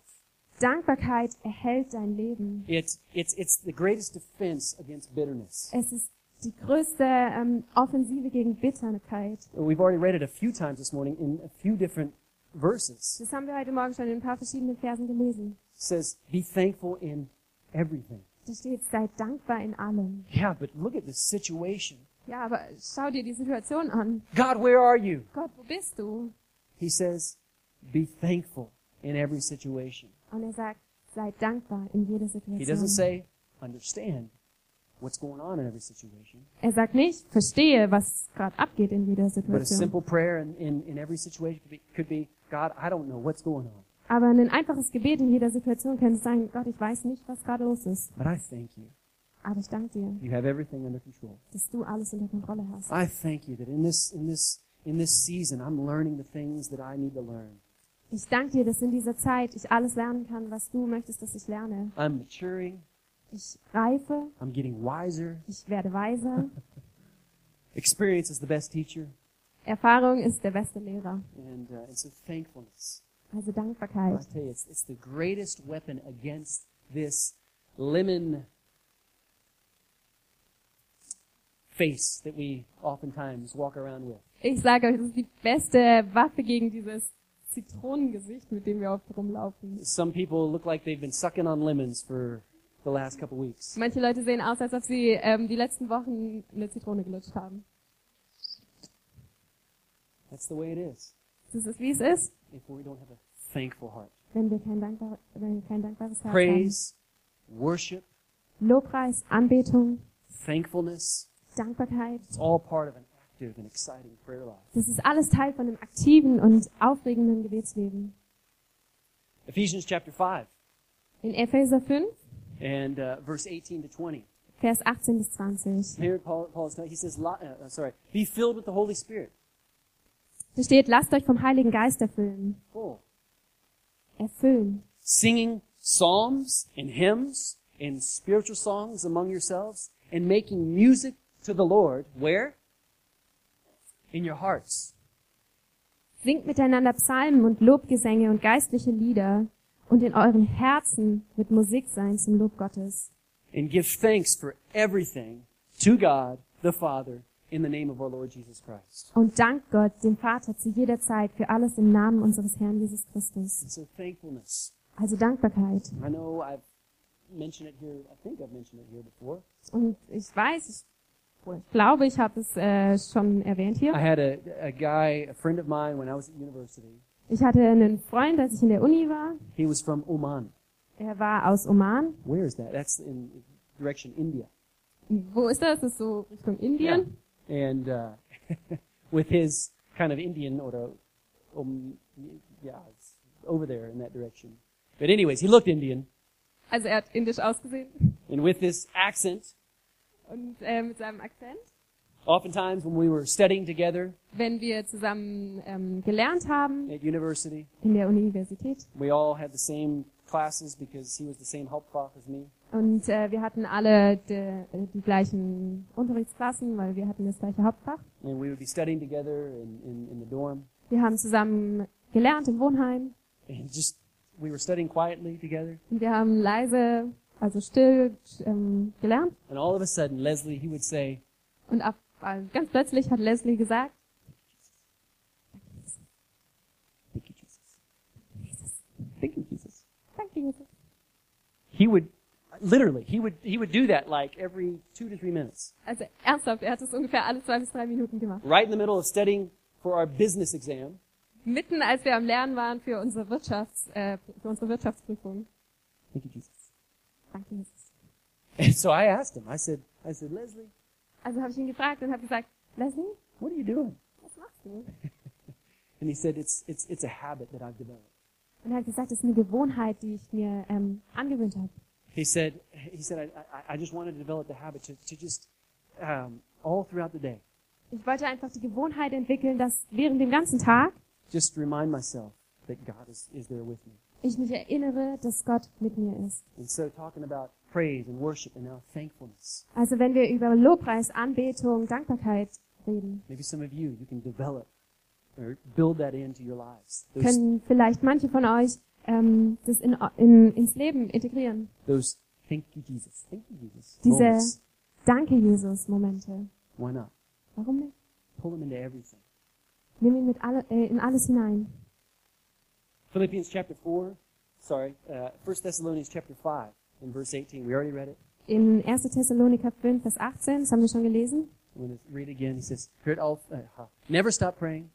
[SPEAKER 2] Dankbarkeit erhält dein Leben.
[SPEAKER 1] It's, it's, it's the greatest defense against bitterness.
[SPEAKER 2] Es ist die größte ähm, Offensive gegen Bitterkeit.
[SPEAKER 1] We've already read it a few times this morning in a few different verses.
[SPEAKER 2] Das haben wir heute Morgen schon in ein paar verschiedenen Versen gelesen.
[SPEAKER 1] says, be thankful in everything.
[SPEAKER 2] Da steht, seid dankbar in allem.
[SPEAKER 1] Yeah, but look at this situation.
[SPEAKER 2] Ja, aber schau dir die Situation an.
[SPEAKER 1] God, where are you?
[SPEAKER 2] Gott, wo bist du?
[SPEAKER 1] He says, be thankful in every situation.
[SPEAKER 2] Und er sagt, seid dankbar in jeder
[SPEAKER 1] He doesn't
[SPEAKER 2] Situation.
[SPEAKER 1] say, understand what's going on in every situation,
[SPEAKER 2] Er sagt nicht, verstehe, was gerade abgeht in jeder
[SPEAKER 1] but a
[SPEAKER 2] Situation.
[SPEAKER 1] simple prayer in, in, in every situation could be, could be, God, I don't know what's going on,
[SPEAKER 2] Aber ein einfaches Gebet in jeder Situation kann sein, Gott, ich weiß nicht, was gerade los ist.
[SPEAKER 1] but I thank you.
[SPEAKER 2] Aber ich danke dir,
[SPEAKER 1] You have everything under control.
[SPEAKER 2] dass du alles unter Kontrolle hast.
[SPEAKER 1] I thank you that in this, in this, in this season, I'm learning the things that I need to learn.
[SPEAKER 2] Ich danke dir, dass in dieser Zeit ich alles lernen kann, was du möchtest, dass ich lerne.
[SPEAKER 1] I'm maturing.
[SPEAKER 2] Ich reife,
[SPEAKER 1] I'm getting wiser.
[SPEAKER 2] ich werde [LAUGHS] weiser.
[SPEAKER 1] Experience is the best teacher.
[SPEAKER 2] Erfahrung ist der beste Lehrer.
[SPEAKER 1] And, uh, and so thankfulness.
[SPEAKER 2] Also
[SPEAKER 1] I
[SPEAKER 2] Dankbarkeit.
[SPEAKER 1] tell you, it's, it's the greatest weapon against this lemon face that we oftentimes walk around with.
[SPEAKER 2] Ich sage euch, das ist die beste Waffe gegen dieses Zitronengesicht, mit dem wir oft rumlaufen.
[SPEAKER 1] Some people look like they've been sucking on lemons for the last couple weeks.
[SPEAKER 2] Manche Leute sehen aus, als ob sie ähm, die letzten Wochen eine Zitrone gelutscht haben.
[SPEAKER 1] That's the way it is
[SPEAKER 2] Das ist, wie es ist,
[SPEAKER 1] if we don't have a thankful heart.
[SPEAKER 2] wenn wir kein, dankbar, wenn wir kein dankbares Herz
[SPEAKER 1] Praise, worship,
[SPEAKER 2] haben. Lobpreis, Anbetung,
[SPEAKER 1] thankfulness,
[SPEAKER 2] Dankbarkeit.
[SPEAKER 1] it's all part of an active and exciting prayer life.
[SPEAKER 2] Das ist alles Teil von einem aktiven und aufregenden Gebetsleben.
[SPEAKER 1] Ephesians chapter 5
[SPEAKER 2] In Epheser 5,
[SPEAKER 1] and uh, verse 18 to 20.
[SPEAKER 2] Vers 18 bis 20.
[SPEAKER 1] Here Paul, Paul is telling, he says, "Li- uh, uh, sorry, be filled with the Holy Spirit.
[SPEAKER 2] Da steht, lasst euch vom Heiligen Geist erfüllen.
[SPEAKER 1] Full.
[SPEAKER 2] Erfüllen.
[SPEAKER 1] Singing psalms and hymns and spiritual songs among yourselves and making music to the Lord. Where? In your hearts.
[SPEAKER 2] Singt miteinander Psalmen und Lobgesänge und geistliche Lieder und in euren Herzen wird Musik sein zum Lob Gottes.
[SPEAKER 1] And give thanks for everything to God the Father in the name of our Lord Jesus Christ.
[SPEAKER 2] Und dank Gott, dem Vater, zu jeder Zeit für alles im Namen unseres Herrn Jesus Christus.
[SPEAKER 1] And so thankfulness.
[SPEAKER 2] Also Dankbarkeit.
[SPEAKER 1] I know I've mentioned it here, I think I've mentioned it here before.
[SPEAKER 2] Und ich weiß, ich, ich glaube, ich habe es äh, schon erwähnt
[SPEAKER 1] I
[SPEAKER 2] hier.
[SPEAKER 1] had a, a guy, a friend of mine when I was at university.
[SPEAKER 2] Ich hatte einen Freund, als ich in der Uni war.
[SPEAKER 1] He was from Oman.
[SPEAKER 2] Er war aus Oman.
[SPEAKER 1] Where is that? That's in direction India.
[SPEAKER 2] Wo ist das? Das ist so Richtung Indien.
[SPEAKER 1] Yeah. And uh, [LAUGHS] with his kind of Indian or uh, um, yeah, it's over there in that direction. But anyways, he looked Indian,
[SPEAKER 2] Also er hat indisch ausgesehen.
[SPEAKER 1] and with this accent,
[SPEAKER 2] Und äh, mit seinem Akzent.
[SPEAKER 1] oftentimes when we were studying together
[SPEAKER 2] Wenn wir zusammen ähm, gelernt haben
[SPEAKER 1] at university,
[SPEAKER 2] in der Universität
[SPEAKER 1] we all had the same classes because he was the same Hauptfach as me.
[SPEAKER 2] und äh, wir hatten alle de, die gleichen Unterrichtsklassen, weil wir hatten das gleiche Hauptfach.
[SPEAKER 1] And we would be studying together in, in, in the dorm,
[SPEAKER 2] Wir haben zusammen gelernt im Wohnheim
[SPEAKER 1] and just we were studying quietly together.
[SPEAKER 2] und wir haben leise, also still ähm, gelernt.
[SPEAKER 1] And all of a sudden, Leslie, he would say,
[SPEAKER 2] Und ab, äh, ganz plötzlich hat Leslie gesagt,
[SPEAKER 1] "Thank you, Jesus. Thank you, Jesus."
[SPEAKER 2] danke Jesus.
[SPEAKER 1] he would literally he would he would do that like every two to three minutes
[SPEAKER 2] Also ernsthaft, er hat es ungefähr alle zwei bis drei Minuten gemacht.
[SPEAKER 1] right in the middle of studying for our business exam
[SPEAKER 2] Mitten als wir am Lernen waren für unsere, Wirtschafts, äh, für unsere Wirtschaftsprüfung.
[SPEAKER 1] thank you jesus
[SPEAKER 2] Danke Jesus.
[SPEAKER 1] and so i asked him i said i said leslie
[SPEAKER 2] Also habe ich ihn gefragt und habe gesagt, Leslie,
[SPEAKER 1] what are you doing
[SPEAKER 2] was machst du?
[SPEAKER 1] and he said it's it's it's a habit that i've developed
[SPEAKER 2] Und er hat gesagt, das ist eine Gewohnheit, die ich mir ähm, angewöhnt habe.
[SPEAKER 1] he said he said i i, I just wanted to develop the habit to, to just um, all throughout the day
[SPEAKER 2] Ich wollte einfach die Gewohnheit entwickeln, dass während dem ganzen Tag
[SPEAKER 1] just remind myself that god is is there with me
[SPEAKER 2] ich mich erinnere, dass Gott mit mir ist.
[SPEAKER 1] and so talking about praise and worship and now thankfulness
[SPEAKER 2] Also wenn wir über Lobpreis, Anbetung, Dankbarkeit reden,
[SPEAKER 1] maybe some of you you can develop or build that into your lives Those
[SPEAKER 2] können vielleicht manche von euch ähm, das in, in, ins Leben integrieren.
[SPEAKER 1] those thank you Jesus, thank you Jesus
[SPEAKER 2] Diese-
[SPEAKER 1] moments.
[SPEAKER 2] Danke, Jesus, Momente.
[SPEAKER 1] Why not?
[SPEAKER 2] Warum nicht?
[SPEAKER 1] Pull them into everything.
[SPEAKER 2] Nimm ihn mit alle, äh, in alles hinein.
[SPEAKER 1] Philippians chapter four, sorry, uh, 1 Thessalonians chapter five in verse eighteen. We already read it.
[SPEAKER 2] In 1. Thessaloniker 5, Vers 18, das haben wir schon gelesen.
[SPEAKER 1] I'm going to read it again. He says, "Hear it all. Uh, huh. never stop praying.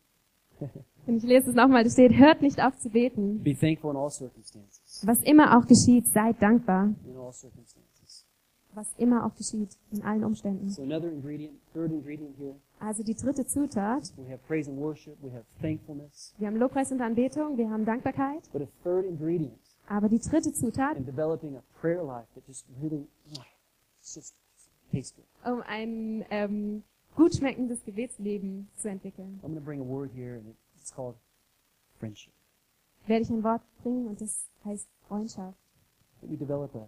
[SPEAKER 2] Und ich lese es nochmal, da steht, hört nicht auf zu beten.
[SPEAKER 1] Be thankful in all circumstances.
[SPEAKER 2] Was immer auch geschieht, seid dankbar.
[SPEAKER 1] In all circumstances."
[SPEAKER 2] Was immer auch geschieht, in allen Umständen.
[SPEAKER 1] So another ingredient, third ingredient here.
[SPEAKER 2] Also die dritte Zutat,
[SPEAKER 1] We have praise and worship. We have thankfulness.
[SPEAKER 2] wir haben Lobpreis und Anbetung, wir haben Dankbarkeit,
[SPEAKER 1] But a third ingredient
[SPEAKER 2] aber die dritte Zutat,
[SPEAKER 1] in developing a prayer life that just really, oh, it's just tastes good.
[SPEAKER 2] um ein ähm, gut schmeckendes Gebetsleben zu entwickeln.
[SPEAKER 1] I'm going to bring a word here, and it's called friendship.
[SPEAKER 2] werde ich ein Wort bringen und das heißt Freundschaft.
[SPEAKER 1] That we develop a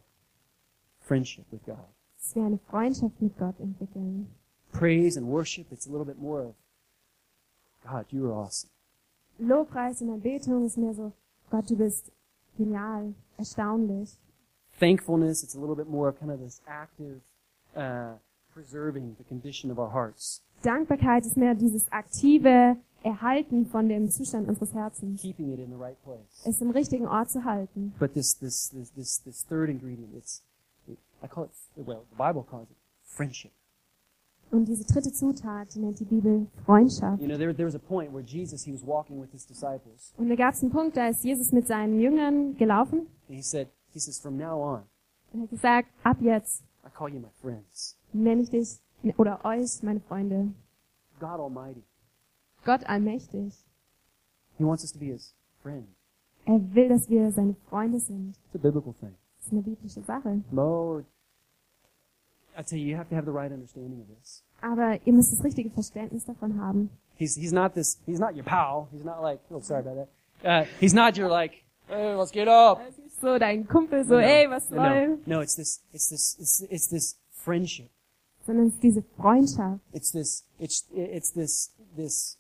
[SPEAKER 1] friendship with God.
[SPEAKER 2] Dass wir eine Freundschaft mit Gott entwickeln.
[SPEAKER 1] Praise and worship, it's a little bit more of, God, you are awesome.
[SPEAKER 2] Lobpreis und Anbetung ist mehr so, Gott, du bist genial, erstaunlich.
[SPEAKER 1] Thankfulness, it's a little bit more of kind of this active, uh, preserving the condition of our hearts,
[SPEAKER 2] Dankbarkeit ist mehr dieses aktive Erhalten von dem Zustand unseres Herzens.
[SPEAKER 1] keeping it in the right place.
[SPEAKER 2] Es im richtigen Ort zu halten.
[SPEAKER 1] But this, this, this, this, this third ingredient, it's, it, I call it, well, the Bible calls it friendship.
[SPEAKER 2] Und diese dritte Zutat, die nennt die Bibel Freundschaft.
[SPEAKER 1] You know, there, there was a point where Jesus, he was walking with his disciples,
[SPEAKER 2] Und da gab es einen Punkt, da ist Jesus mit seinen Jüngern gelaufen
[SPEAKER 1] and he said, he says, from now on,
[SPEAKER 2] und hat gesagt, ab jetzt
[SPEAKER 1] I call you my friends.
[SPEAKER 2] nenne ich dich oder euch, meine Freunde,
[SPEAKER 1] God Almighty,
[SPEAKER 2] Gott allmächtig.
[SPEAKER 1] he wants us to be his friend.
[SPEAKER 2] Er will, dass wir seine Freunde sind.
[SPEAKER 1] It's a biblical thing.
[SPEAKER 2] Das ist eine biblische Sache.
[SPEAKER 1] Mo, I tell you, you have to have the right understanding of this.
[SPEAKER 2] Aber ihr müsst das richtige Verständnis davon haben.
[SPEAKER 1] He's, he's not this, he's not your pal. He's not like, oh, sorry about that. Uh, he's not your like, hey, let's get up.
[SPEAKER 2] So dein Kumpel so,
[SPEAKER 1] No,
[SPEAKER 2] ey, was
[SPEAKER 1] no,
[SPEAKER 2] soll?
[SPEAKER 1] no, no, it's this, it's this, it's, it's this friendship.
[SPEAKER 2] Sondern es ist diese Freundschaft.
[SPEAKER 1] It's this, it's, it's this, this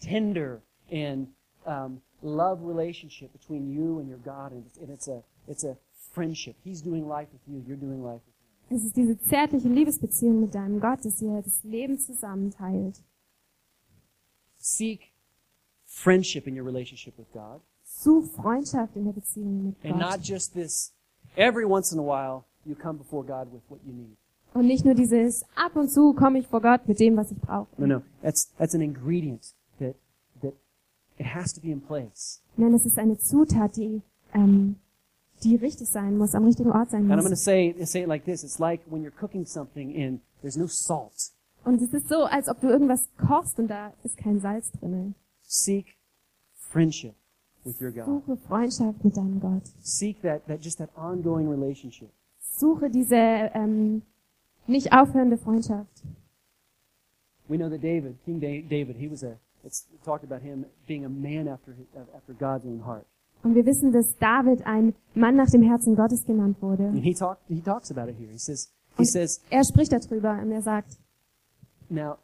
[SPEAKER 1] tender and um, love relationship between you and your God, and it's, and it's a, it's a friendship. He's doing life with you. You're doing life with him.
[SPEAKER 2] Es ist diese zärtliche Liebesbeziehung mit deinem Gott, dass ihr das Leben zusammen teilt.
[SPEAKER 1] Seek friendship in your relationship with God,
[SPEAKER 2] Such Freundschaft in der Beziehung mit
[SPEAKER 1] and not
[SPEAKER 2] Gott.
[SPEAKER 1] just this. Every once in a while, you come before God with what you need.
[SPEAKER 2] Und nicht nur dieses, ab und zu komme ich vor Gott mit dem, was ich brauche.
[SPEAKER 1] No, no, that's that's an ingredient that that it has to be in place.
[SPEAKER 2] Nein, es ist eine Zutat, die, ähm, die richtig sein muss, am richtigen Ort sein
[SPEAKER 1] And I'm going to
[SPEAKER 2] muss.
[SPEAKER 1] say say it like this: It's like when you're cooking something and there's no salt.
[SPEAKER 2] Und es ist so, als ob du irgendwas kochst und da ist kein Salz drin.
[SPEAKER 1] Seek friendship with your God.
[SPEAKER 2] Suche Freundschaft mit deinem Gott.
[SPEAKER 1] Seek that that just that ongoing relationship.
[SPEAKER 2] Suche diese ähm, nicht aufhörende Freundschaft.
[SPEAKER 1] We know that David, King Da- David, he was a it's talked about him being a man after his, after God's own heart.
[SPEAKER 2] Und wir wissen, dass David ein Mann nach dem Herzen Gottes genannt wurde.
[SPEAKER 1] And he talked he talks about it here. He says he says
[SPEAKER 2] Er spricht darüber und er sagt,
[SPEAKER 1] Now,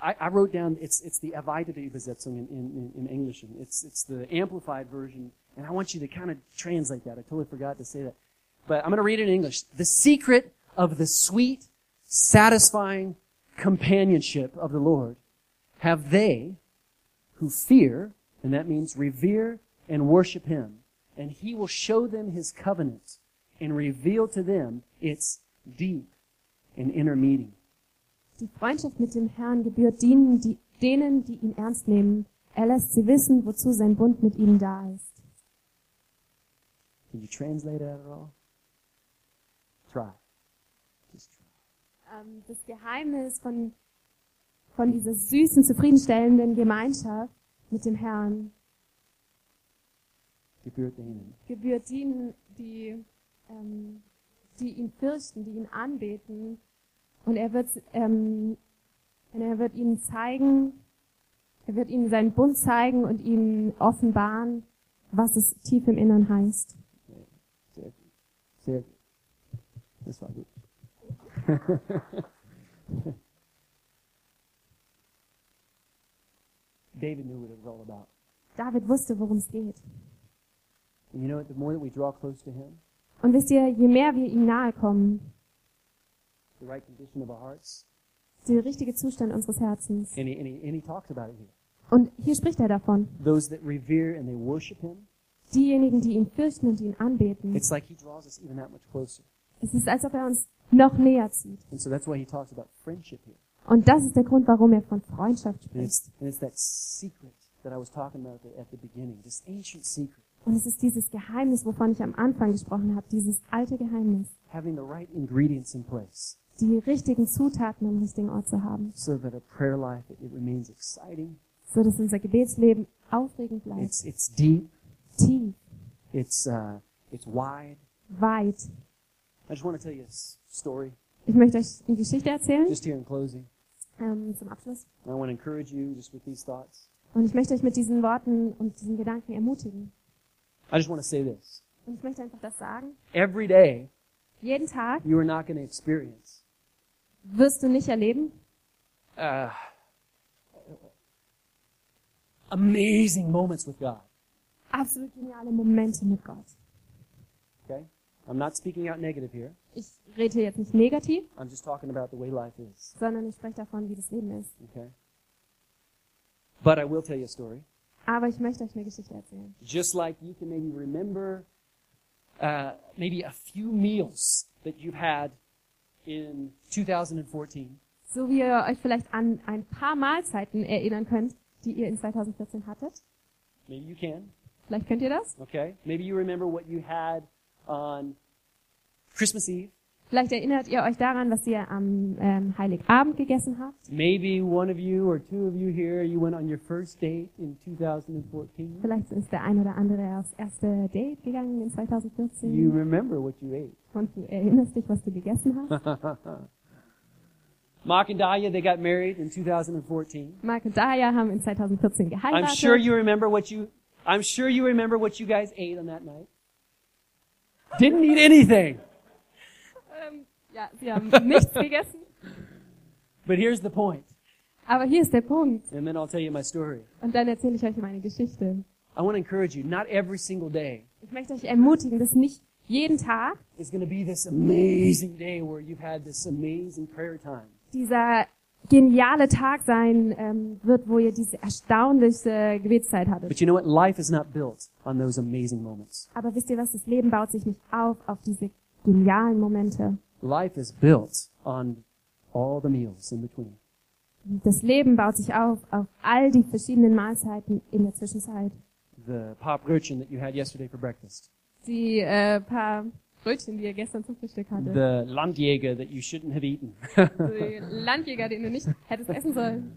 [SPEAKER 1] I, I wrote down it's it's the erweiterte Übersetzung in, in, in English, and it's it's the amplified version, and I want you to kind of translate that. I totally forgot to say that, but I'm going to read it in English. The secret of the sweet, satisfying companionship of the Lord have they who fear, and that means revere and worship Him, and He will show them His covenant and reveal to them its deep and inner meaning.
[SPEAKER 2] die Freundschaft mit dem Herrn gebührt denen die, denen, die ihn ernst nehmen. Er lässt sie wissen, wozu sein Bund mit ihnen da ist.
[SPEAKER 1] Can you translate that at all? Try. Just try.
[SPEAKER 2] Ähm, das Geheimnis von, von dieser süßen, zufriedenstellenden Gemeinschaft mit dem Herrn
[SPEAKER 1] Gebührt denen.
[SPEAKER 2] gebührt denen, die, ähm, die ihn fürchten, die ihn anbeten. Und er wird, ähm, und er wird ihnen zeigen, er wird ihnen seinen Bund zeigen und ihnen offenbaren, was es tief im Innern heißt.
[SPEAKER 1] Sehr gut. Sehr gut. Das war gut. [LAUGHS] David knew what it was all about.
[SPEAKER 2] David wusste, worum es geht.
[SPEAKER 1] And you know what? The more that we draw close to him,
[SPEAKER 2] Und wisst ihr, je mehr wir ihm nahe kommen,
[SPEAKER 1] the right condition of our hearts,
[SPEAKER 2] der richtige Zustand unseres Herzens.
[SPEAKER 1] and he, and he, and he talks about it here.
[SPEAKER 2] Und hier spricht er davon.
[SPEAKER 1] Those that revere and they worship him,
[SPEAKER 2] Diejenigen, die ihn fürchten und ihn anbeten.
[SPEAKER 1] it's like he draws us even that much closer.
[SPEAKER 2] Es ist, als ob er uns noch näher zieht.
[SPEAKER 1] And so that's why he talks about friendship here.
[SPEAKER 2] Und das ist der Grund, warum er von Freundschaft
[SPEAKER 1] And
[SPEAKER 2] spricht.
[SPEAKER 1] it's, and it's that secret that I was talking about at the, at the beginning, this ancient secret,
[SPEAKER 2] Und es ist dieses Geheimnis, wovon ich am Anfang gesprochen habe, dieses alte Geheimnis,
[SPEAKER 1] having the right ingredients in place
[SPEAKER 2] die richtigen Zutaten am richtigen Ort zu haben,
[SPEAKER 1] so that a prayer life, it, it remains exciting,
[SPEAKER 2] so dass unser Gebetsleben aufregend bleibt,
[SPEAKER 1] it's, it's deep,
[SPEAKER 2] tief,
[SPEAKER 1] it's, uh, it's wide.
[SPEAKER 2] weit.
[SPEAKER 1] I just want to tell you a s- story
[SPEAKER 2] Ich möchte euch eine Geschichte erzählen
[SPEAKER 1] just here in closing.
[SPEAKER 2] ähm, zum Abschluss
[SPEAKER 1] And I want to encourage you just with these thoughts.
[SPEAKER 2] Und ich möchte euch mit diesen Worten und diesen Gedanken ermutigen.
[SPEAKER 1] I just want to say this.
[SPEAKER 2] Und ich möchte einfach das sagen.
[SPEAKER 1] Every day,
[SPEAKER 2] Jeden Tag
[SPEAKER 1] you are not going to experience
[SPEAKER 2] wirst du nicht erleben,
[SPEAKER 1] uh, amazing moments with God.
[SPEAKER 2] absolut geniale Momente mit Gott.
[SPEAKER 1] Okay? I'm not speaking out negative here.
[SPEAKER 2] Ich rede jetzt nicht negativ,
[SPEAKER 1] I'm just talking about the way life is.
[SPEAKER 2] sondern ich spreche davon, wie das Leben ist.
[SPEAKER 1] Okay? But I will tell you a story.
[SPEAKER 2] Aber ich möchte euch eine Geschichte erzählen.
[SPEAKER 1] Just like you can maybe remember uh, maybe a few meals that you've had in 2014.
[SPEAKER 2] So wie ihr euch vielleicht an ein paar Mahlzeiten erinnern könnt, die ihr in 2014 hattet.
[SPEAKER 1] Maybe you can.
[SPEAKER 2] Vielleicht könnt ihr das.
[SPEAKER 1] Okay? Maybe you remember what you had on Christmas Eve.
[SPEAKER 2] Vielleicht erinnert ihr euch daran, was ihr am ähm, Heiligabend gegessen habt.
[SPEAKER 1] Maybe one of you or two of you here, you went on your first date in 2014.
[SPEAKER 2] Vielleicht ist der ein oder andere aufs erste Date gegangen in
[SPEAKER 1] You
[SPEAKER 2] 2014
[SPEAKER 1] remember what you ate.
[SPEAKER 2] und du erinnerst dich, was du gegessen hast.
[SPEAKER 1] Mark and Dahlia, they got married in 2014.
[SPEAKER 2] Mark und Daya haben in 2014
[SPEAKER 1] I'm sure
[SPEAKER 2] geheiratet.
[SPEAKER 1] you remember what you, I'm sure you remember what you guys ate on that night. Didn't eat anything.
[SPEAKER 2] Ähm, ja, sie haben [LAUGHS] nichts gegessen.
[SPEAKER 1] But here's the point,
[SPEAKER 2] Aber hier ist der Punkt.
[SPEAKER 1] and then I'll tell you my story.
[SPEAKER 2] Und dann erzähle ich euch meine Geschichte.
[SPEAKER 1] I want to encourage you, not every single day
[SPEAKER 2] Ich möchte euch ermutigen, dass nicht jeden Tag
[SPEAKER 1] is going to be this amazing day where you've had this amazing prayer time.
[SPEAKER 2] dieser geniale Tag sein ähm, wird, wo ihr diese erstaunliche Gebetszeit hattet.
[SPEAKER 1] But you know what? Life is not built on those amazing moments.
[SPEAKER 2] Aber wisst ihr was? Das Leben baut sich nicht auf auf diese genialen Momente.
[SPEAKER 1] Life is built on all the meals in between.
[SPEAKER 2] Das Leben baut sich auf auf all die verschiedenen Mahlzeiten in der Zwischenzeit.
[SPEAKER 1] The pop Rötchen that you had yesterday for breakfast.
[SPEAKER 2] Die äh, paar Brötchen, die ihr gestern zum Frühstück hattet.
[SPEAKER 1] The Landjäger that you shouldn't have eaten. [LAUGHS]
[SPEAKER 2] [LAUGHS] Die Landjäger, den du nicht hättest essen sollen.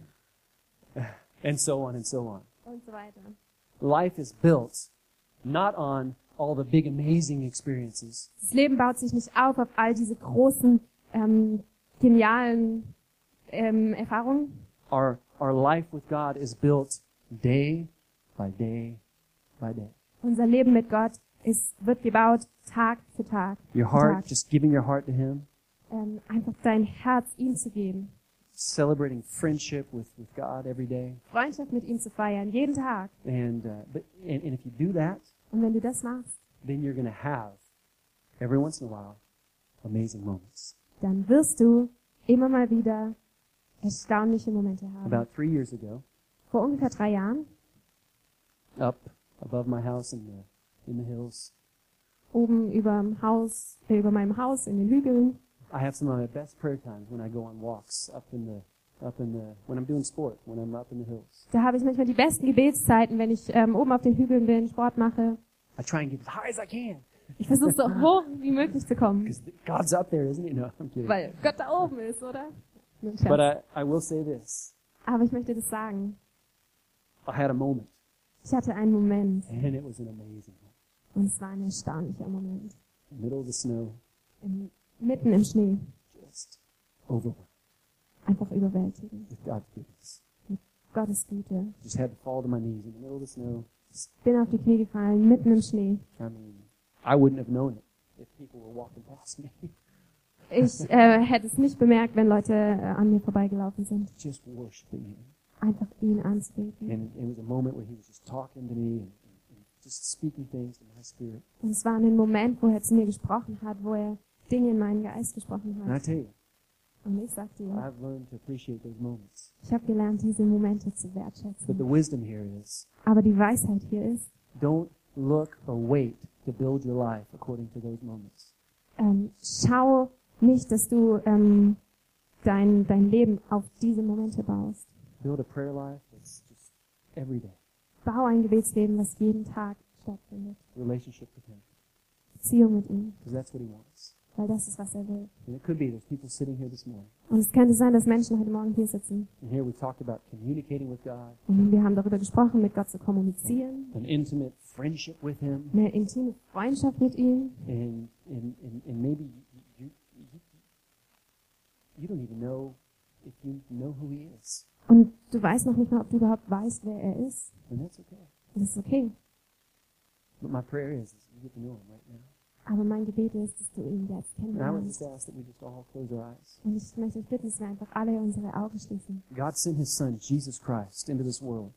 [SPEAKER 1] and so on and so on.
[SPEAKER 2] Und so weiter.
[SPEAKER 1] Life is built not on all the big amazing experiences,
[SPEAKER 2] Das Leben baut sich nicht auf auf all diese großen, ähm, genialen ähm, Erfahrungen,
[SPEAKER 1] our our life with God is built day by day by day.
[SPEAKER 2] Unser Leben mit Gott ist, wird gebaut Tag für Tag.
[SPEAKER 1] Your
[SPEAKER 2] für
[SPEAKER 1] heart,
[SPEAKER 2] Tag.
[SPEAKER 1] just giving your heart to Him,
[SPEAKER 2] Ähm, einfach dein Herz ihm zu geben.
[SPEAKER 1] celebrating friendship with, with God every day.
[SPEAKER 2] Freundschaft mit ihm zu feiern, jeden Tag.
[SPEAKER 1] And, uh, but, and, and if you do that,
[SPEAKER 2] Und wenn du das machst,
[SPEAKER 1] then you're going to have, every once in a while, amazing moments.
[SPEAKER 2] dann wirst du immer mal wieder erstaunliche Momente haben.
[SPEAKER 1] About three years ago,
[SPEAKER 2] Vor ungefähr drei Jahren,
[SPEAKER 1] up above my house in the, in the hills,
[SPEAKER 2] oben über dem Haus, äh, über meinem Haus in den Hügeln,
[SPEAKER 1] I have some of my best prayer times when I go on walks up in the, up in the, when I'm doing sport, when I'm up in the hills.
[SPEAKER 2] da habe ich manchmal die besten Gebetszeiten, wenn ich ähm, oben auf den Hügeln bin, Sport mache.
[SPEAKER 1] I try and get as high as I can
[SPEAKER 2] Ich versuche so hoch wie möglich zu kommen,
[SPEAKER 1] because God's up there, isn't He? [LAUGHS] No, I'm kidding.
[SPEAKER 2] weil Gott da oben ist, oder? Nur ein Scherz.
[SPEAKER 1] But I, I will say this.
[SPEAKER 2] Aber ich möchte das sagen.
[SPEAKER 1] I had a moment
[SPEAKER 2] Ich hatte einen Moment
[SPEAKER 1] and it was an amazing one.
[SPEAKER 2] und es war ein erstaunlicher Moment.
[SPEAKER 1] Middle of the snow,
[SPEAKER 2] Im, mitten im Schnee,
[SPEAKER 1] just overwhelmed
[SPEAKER 2] einfach überwältigend.
[SPEAKER 1] with God's goodness.
[SPEAKER 2] Gottes Güte.
[SPEAKER 1] Just had to fall to my knees in the middle of the snow. Just,
[SPEAKER 2] Bin auf die Knie gefallen, mitten im Schnee.
[SPEAKER 1] I mean, I wouldn't have known it if people were walking past me. [LAUGHS]
[SPEAKER 2] Ich äh, hätte es nicht bemerkt, wenn Leute äh, an mir vorbeigelaufen sind.
[SPEAKER 1] just worshiping Him.
[SPEAKER 2] Einfach ihn anzubeten.
[SPEAKER 1] And it was a moment where He was just talking to me and, and just speaking things to my spirit.
[SPEAKER 2] Und es war ein Moment, wo er zu mir gesprochen hat, wo er Dinge in meinen Geist gesprochen
[SPEAKER 1] And I
[SPEAKER 2] hat.
[SPEAKER 1] tell you,
[SPEAKER 2] Und ich sagte ihm,
[SPEAKER 1] I've learned to appreciate those moments.
[SPEAKER 2] ich habe gelernt, diese Momente zu
[SPEAKER 1] But the
[SPEAKER 2] wertschätzen.
[SPEAKER 1] wisdom here is
[SPEAKER 2] Aber die Weisheit hier ist,
[SPEAKER 1] don't look or wait to build your life according to those moments.
[SPEAKER 2] ähm, schau nicht, dass du ähm, dein, dein Leben auf diese Momente baust.
[SPEAKER 1] Build a prayer life that's just every day.
[SPEAKER 2] Bau ein Gebetsleben, was jeden Tag stattfindet.
[SPEAKER 1] Relationship with Him.
[SPEAKER 2] Beziehung mit ihm,
[SPEAKER 1] Because that's what He wants.
[SPEAKER 2] weil das ist, was er will.
[SPEAKER 1] And it could be there's people sitting here this morning.
[SPEAKER 2] Und es könnte sein, dass Menschen heute Morgen hier sitzen
[SPEAKER 1] And here we've talked about communicating with God,
[SPEAKER 2] und wir haben darüber gesprochen, mit Gott zu kommunizieren,
[SPEAKER 1] an intimate friendship with Him,
[SPEAKER 2] eine intime Freundschaft mit ihm.
[SPEAKER 1] and and, and, and maybe you, you you you don't even know if you know who He is.
[SPEAKER 2] Und Du weißt noch nicht mal, ob du überhaupt weißt, wer er ist.
[SPEAKER 1] And that's okay.
[SPEAKER 2] Und Das ist okay.
[SPEAKER 1] But my prayer is, is you get to know him right now.
[SPEAKER 2] Aber mein Gebet ist, dass du ihn jetzt
[SPEAKER 1] And I would just
[SPEAKER 2] kennenlernst.
[SPEAKER 1] ask that we just all close our eyes.
[SPEAKER 2] Und ich möchte dich bitten, dass wir einfach alle unsere Augen schließen.
[SPEAKER 1] God sent his son, Jesus Christ, into this world.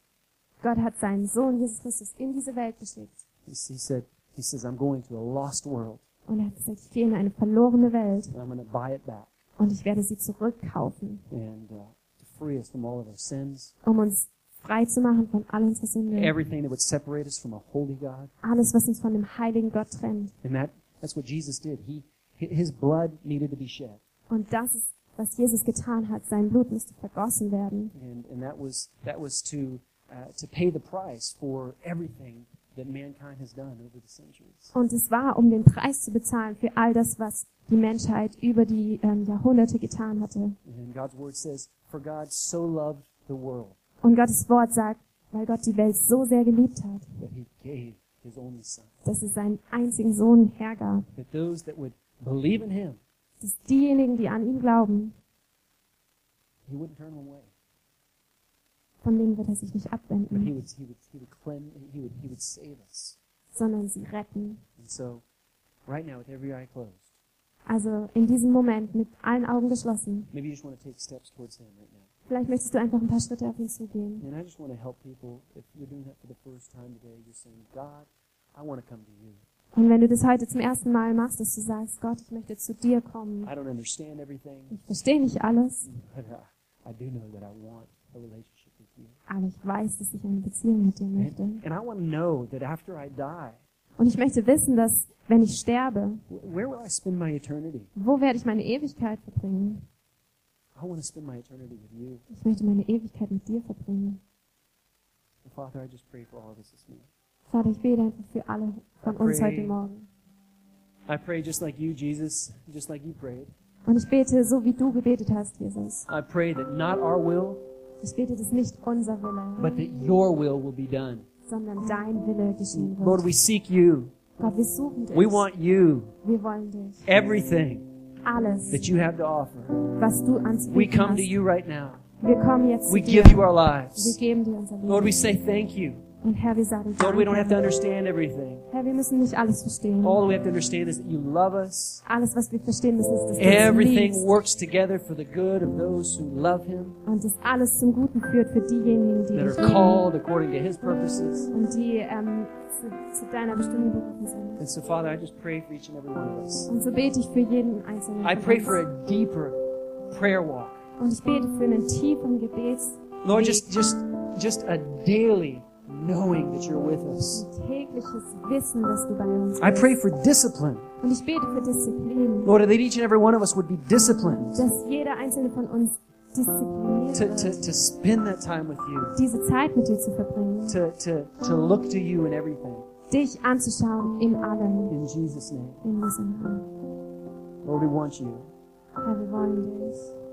[SPEAKER 2] Gott hat seinen Sohn Jesus Christus in diese Welt geschickt.
[SPEAKER 1] He, he said, he says, I'm going to a lost world
[SPEAKER 2] Und er hat gesagt, ich gehe in eine verlorene Welt
[SPEAKER 1] and I'm going to buy it back
[SPEAKER 2] und ich werde sie zurückkaufen,
[SPEAKER 1] and uh, to free us from all of our sins,
[SPEAKER 2] um uns frei zu machen von all unserer Sünde.
[SPEAKER 1] everything that would separate us from a holy God.
[SPEAKER 2] Alles, was uns von dem heiligen Gott trennt.
[SPEAKER 1] And that, that's what Jesus did. He, his blood needed to be shed.
[SPEAKER 2] Und das ist, was Jesus getan hat. Sein Blut musste vergossen werden.
[SPEAKER 1] and and that was that was to uh, to pay the price for everything that mankind has done over the centuries.
[SPEAKER 2] Und es war, um den Preis zu bezahlen für all das, was die Menschheit über die ähm, Jahrhunderte getan hatte.
[SPEAKER 1] And God's word says, "For God so loved the world
[SPEAKER 2] Und Gottes Wort sagt, weil Gott die Welt so sehr geliebt hat,
[SPEAKER 1] that He gave His only Son,
[SPEAKER 2] dass es seinen einzigen Sohn hergab,
[SPEAKER 1] that those that would believe in Him,
[SPEAKER 2] dass diejenigen, die an ihn glauben,
[SPEAKER 1] He wouldn't turn them away,
[SPEAKER 2] von denen wird er sich nicht
[SPEAKER 1] but He
[SPEAKER 2] abwenden,
[SPEAKER 1] would He would He would cleanse He would He would save us."
[SPEAKER 2] sondern sie retten.
[SPEAKER 1] And so, right now, with every eye closed,
[SPEAKER 2] Also in diesem Moment mit allen Augen geschlossen.
[SPEAKER 1] maybe you just want to take steps towards Him right now.
[SPEAKER 2] Vielleicht möchtest du einfach ein paar Schritte auf ihn zugehen.
[SPEAKER 1] And I just want to help people. If you're doing that for the first time today, you're saying, "God, I want to come to You."
[SPEAKER 2] Und wenn du das heute zum ersten Mal machst, dass du sagst, Gott, ich möchte zu dir kommen.
[SPEAKER 1] I don't understand everything,
[SPEAKER 2] Ich verstehe nicht alles,
[SPEAKER 1] but uh, I, I do know that I want a relationship with you.
[SPEAKER 2] aber ich weiß, dass ich eine Beziehung mit dir möchte.
[SPEAKER 1] And, and I want to know that after I die,
[SPEAKER 2] Und ich möchte wissen, dass wenn ich sterbe,
[SPEAKER 1] wh- where will I spend my eternity?
[SPEAKER 2] wo werde ich meine Ewigkeit verbringen?
[SPEAKER 1] I want to spend my eternity with you.
[SPEAKER 2] Ich möchte meine Ewigkeit mit dir verbringen.
[SPEAKER 1] And Father, I just pray for all of us this morning.
[SPEAKER 2] Vater, ich bete einfach für alle von uns heute Morgen.
[SPEAKER 1] I pray just like you, Jesus, just like you prayed.
[SPEAKER 2] Und ich bete, so wie du gebetet hast, Jesus.
[SPEAKER 1] I pray that not our will,
[SPEAKER 2] Ich bete, dass nicht unser Wille,
[SPEAKER 1] but that your will will be done.
[SPEAKER 2] sondern dein Wille geschehen wird.
[SPEAKER 1] Lord, we seek you.
[SPEAKER 2] Gott, wir suchen dich.
[SPEAKER 1] We want you.
[SPEAKER 2] wir wollen dich.
[SPEAKER 1] Everything
[SPEAKER 2] Alles,
[SPEAKER 1] that you have to offer.
[SPEAKER 2] was du ans
[SPEAKER 1] We
[SPEAKER 2] Bieten
[SPEAKER 1] come
[SPEAKER 2] hast.
[SPEAKER 1] to you right now.
[SPEAKER 2] Wir kommen jetzt
[SPEAKER 1] We
[SPEAKER 2] zu dir.
[SPEAKER 1] give you our
[SPEAKER 2] wir
[SPEAKER 1] lives.
[SPEAKER 2] geben dir unser Leben.
[SPEAKER 1] Lord, we say thank you.
[SPEAKER 2] Und Herr, wir sagen
[SPEAKER 1] Lord, we don't have to
[SPEAKER 2] Danke.
[SPEAKER 1] understand everything.
[SPEAKER 2] Herr, wir müssen nicht alles verstehen.
[SPEAKER 1] All we have to understand is that you love us.
[SPEAKER 2] Alles, was wir verstehen müssen, ist, dass du uns
[SPEAKER 1] Everything
[SPEAKER 2] liebst.
[SPEAKER 1] works together for the good of those who love him,
[SPEAKER 2] Und dass alles zum Guten führt für diejenigen, die
[SPEAKER 1] that
[SPEAKER 2] dich
[SPEAKER 1] are
[SPEAKER 2] lieben.
[SPEAKER 1] called according to his purposes.
[SPEAKER 2] Und die ähm, zu, zu deiner Bestimmung berufen sind.
[SPEAKER 1] And so, Father, I just pray for each and every one of us.
[SPEAKER 2] Und so bete ich für jeden Einzelnen.
[SPEAKER 1] I
[SPEAKER 2] von
[SPEAKER 1] pray
[SPEAKER 2] uns.
[SPEAKER 1] for a deeper prayer walk.
[SPEAKER 2] Und ich bete für einen tiefen Gebets,
[SPEAKER 1] Lord, just just just a daily knowing that you're with us.
[SPEAKER 2] ein tägliches Wissen, dass du bei uns bist.
[SPEAKER 1] I pray for discipline.
[SPEAKER 2] Und ich bete für Disziplin.
[SPEAKER 1] Lord, that each and every one of us would be disciplined
[SPEAKER 2] dass jeder einzelne von uns diszipliniert
[SPEAKER 1] to,
[SPEAKER 2] wird,
[SPEAKER 1] to, to spend that time with you,
[SPEAKER 2] diese Zeit mit dir zu verbringen,
[SPEAKER 1] to, to, to look to you in everything.
[SPEAKER 2] dich anzuschauen in allem,
[SPEAKER 1] In Jesus' name.
[SPEAKER 2] in diesem Namen.
[SPEAKER 1] Lord, we want you.
[SPEAKER 2] Herr, wir wollen dich.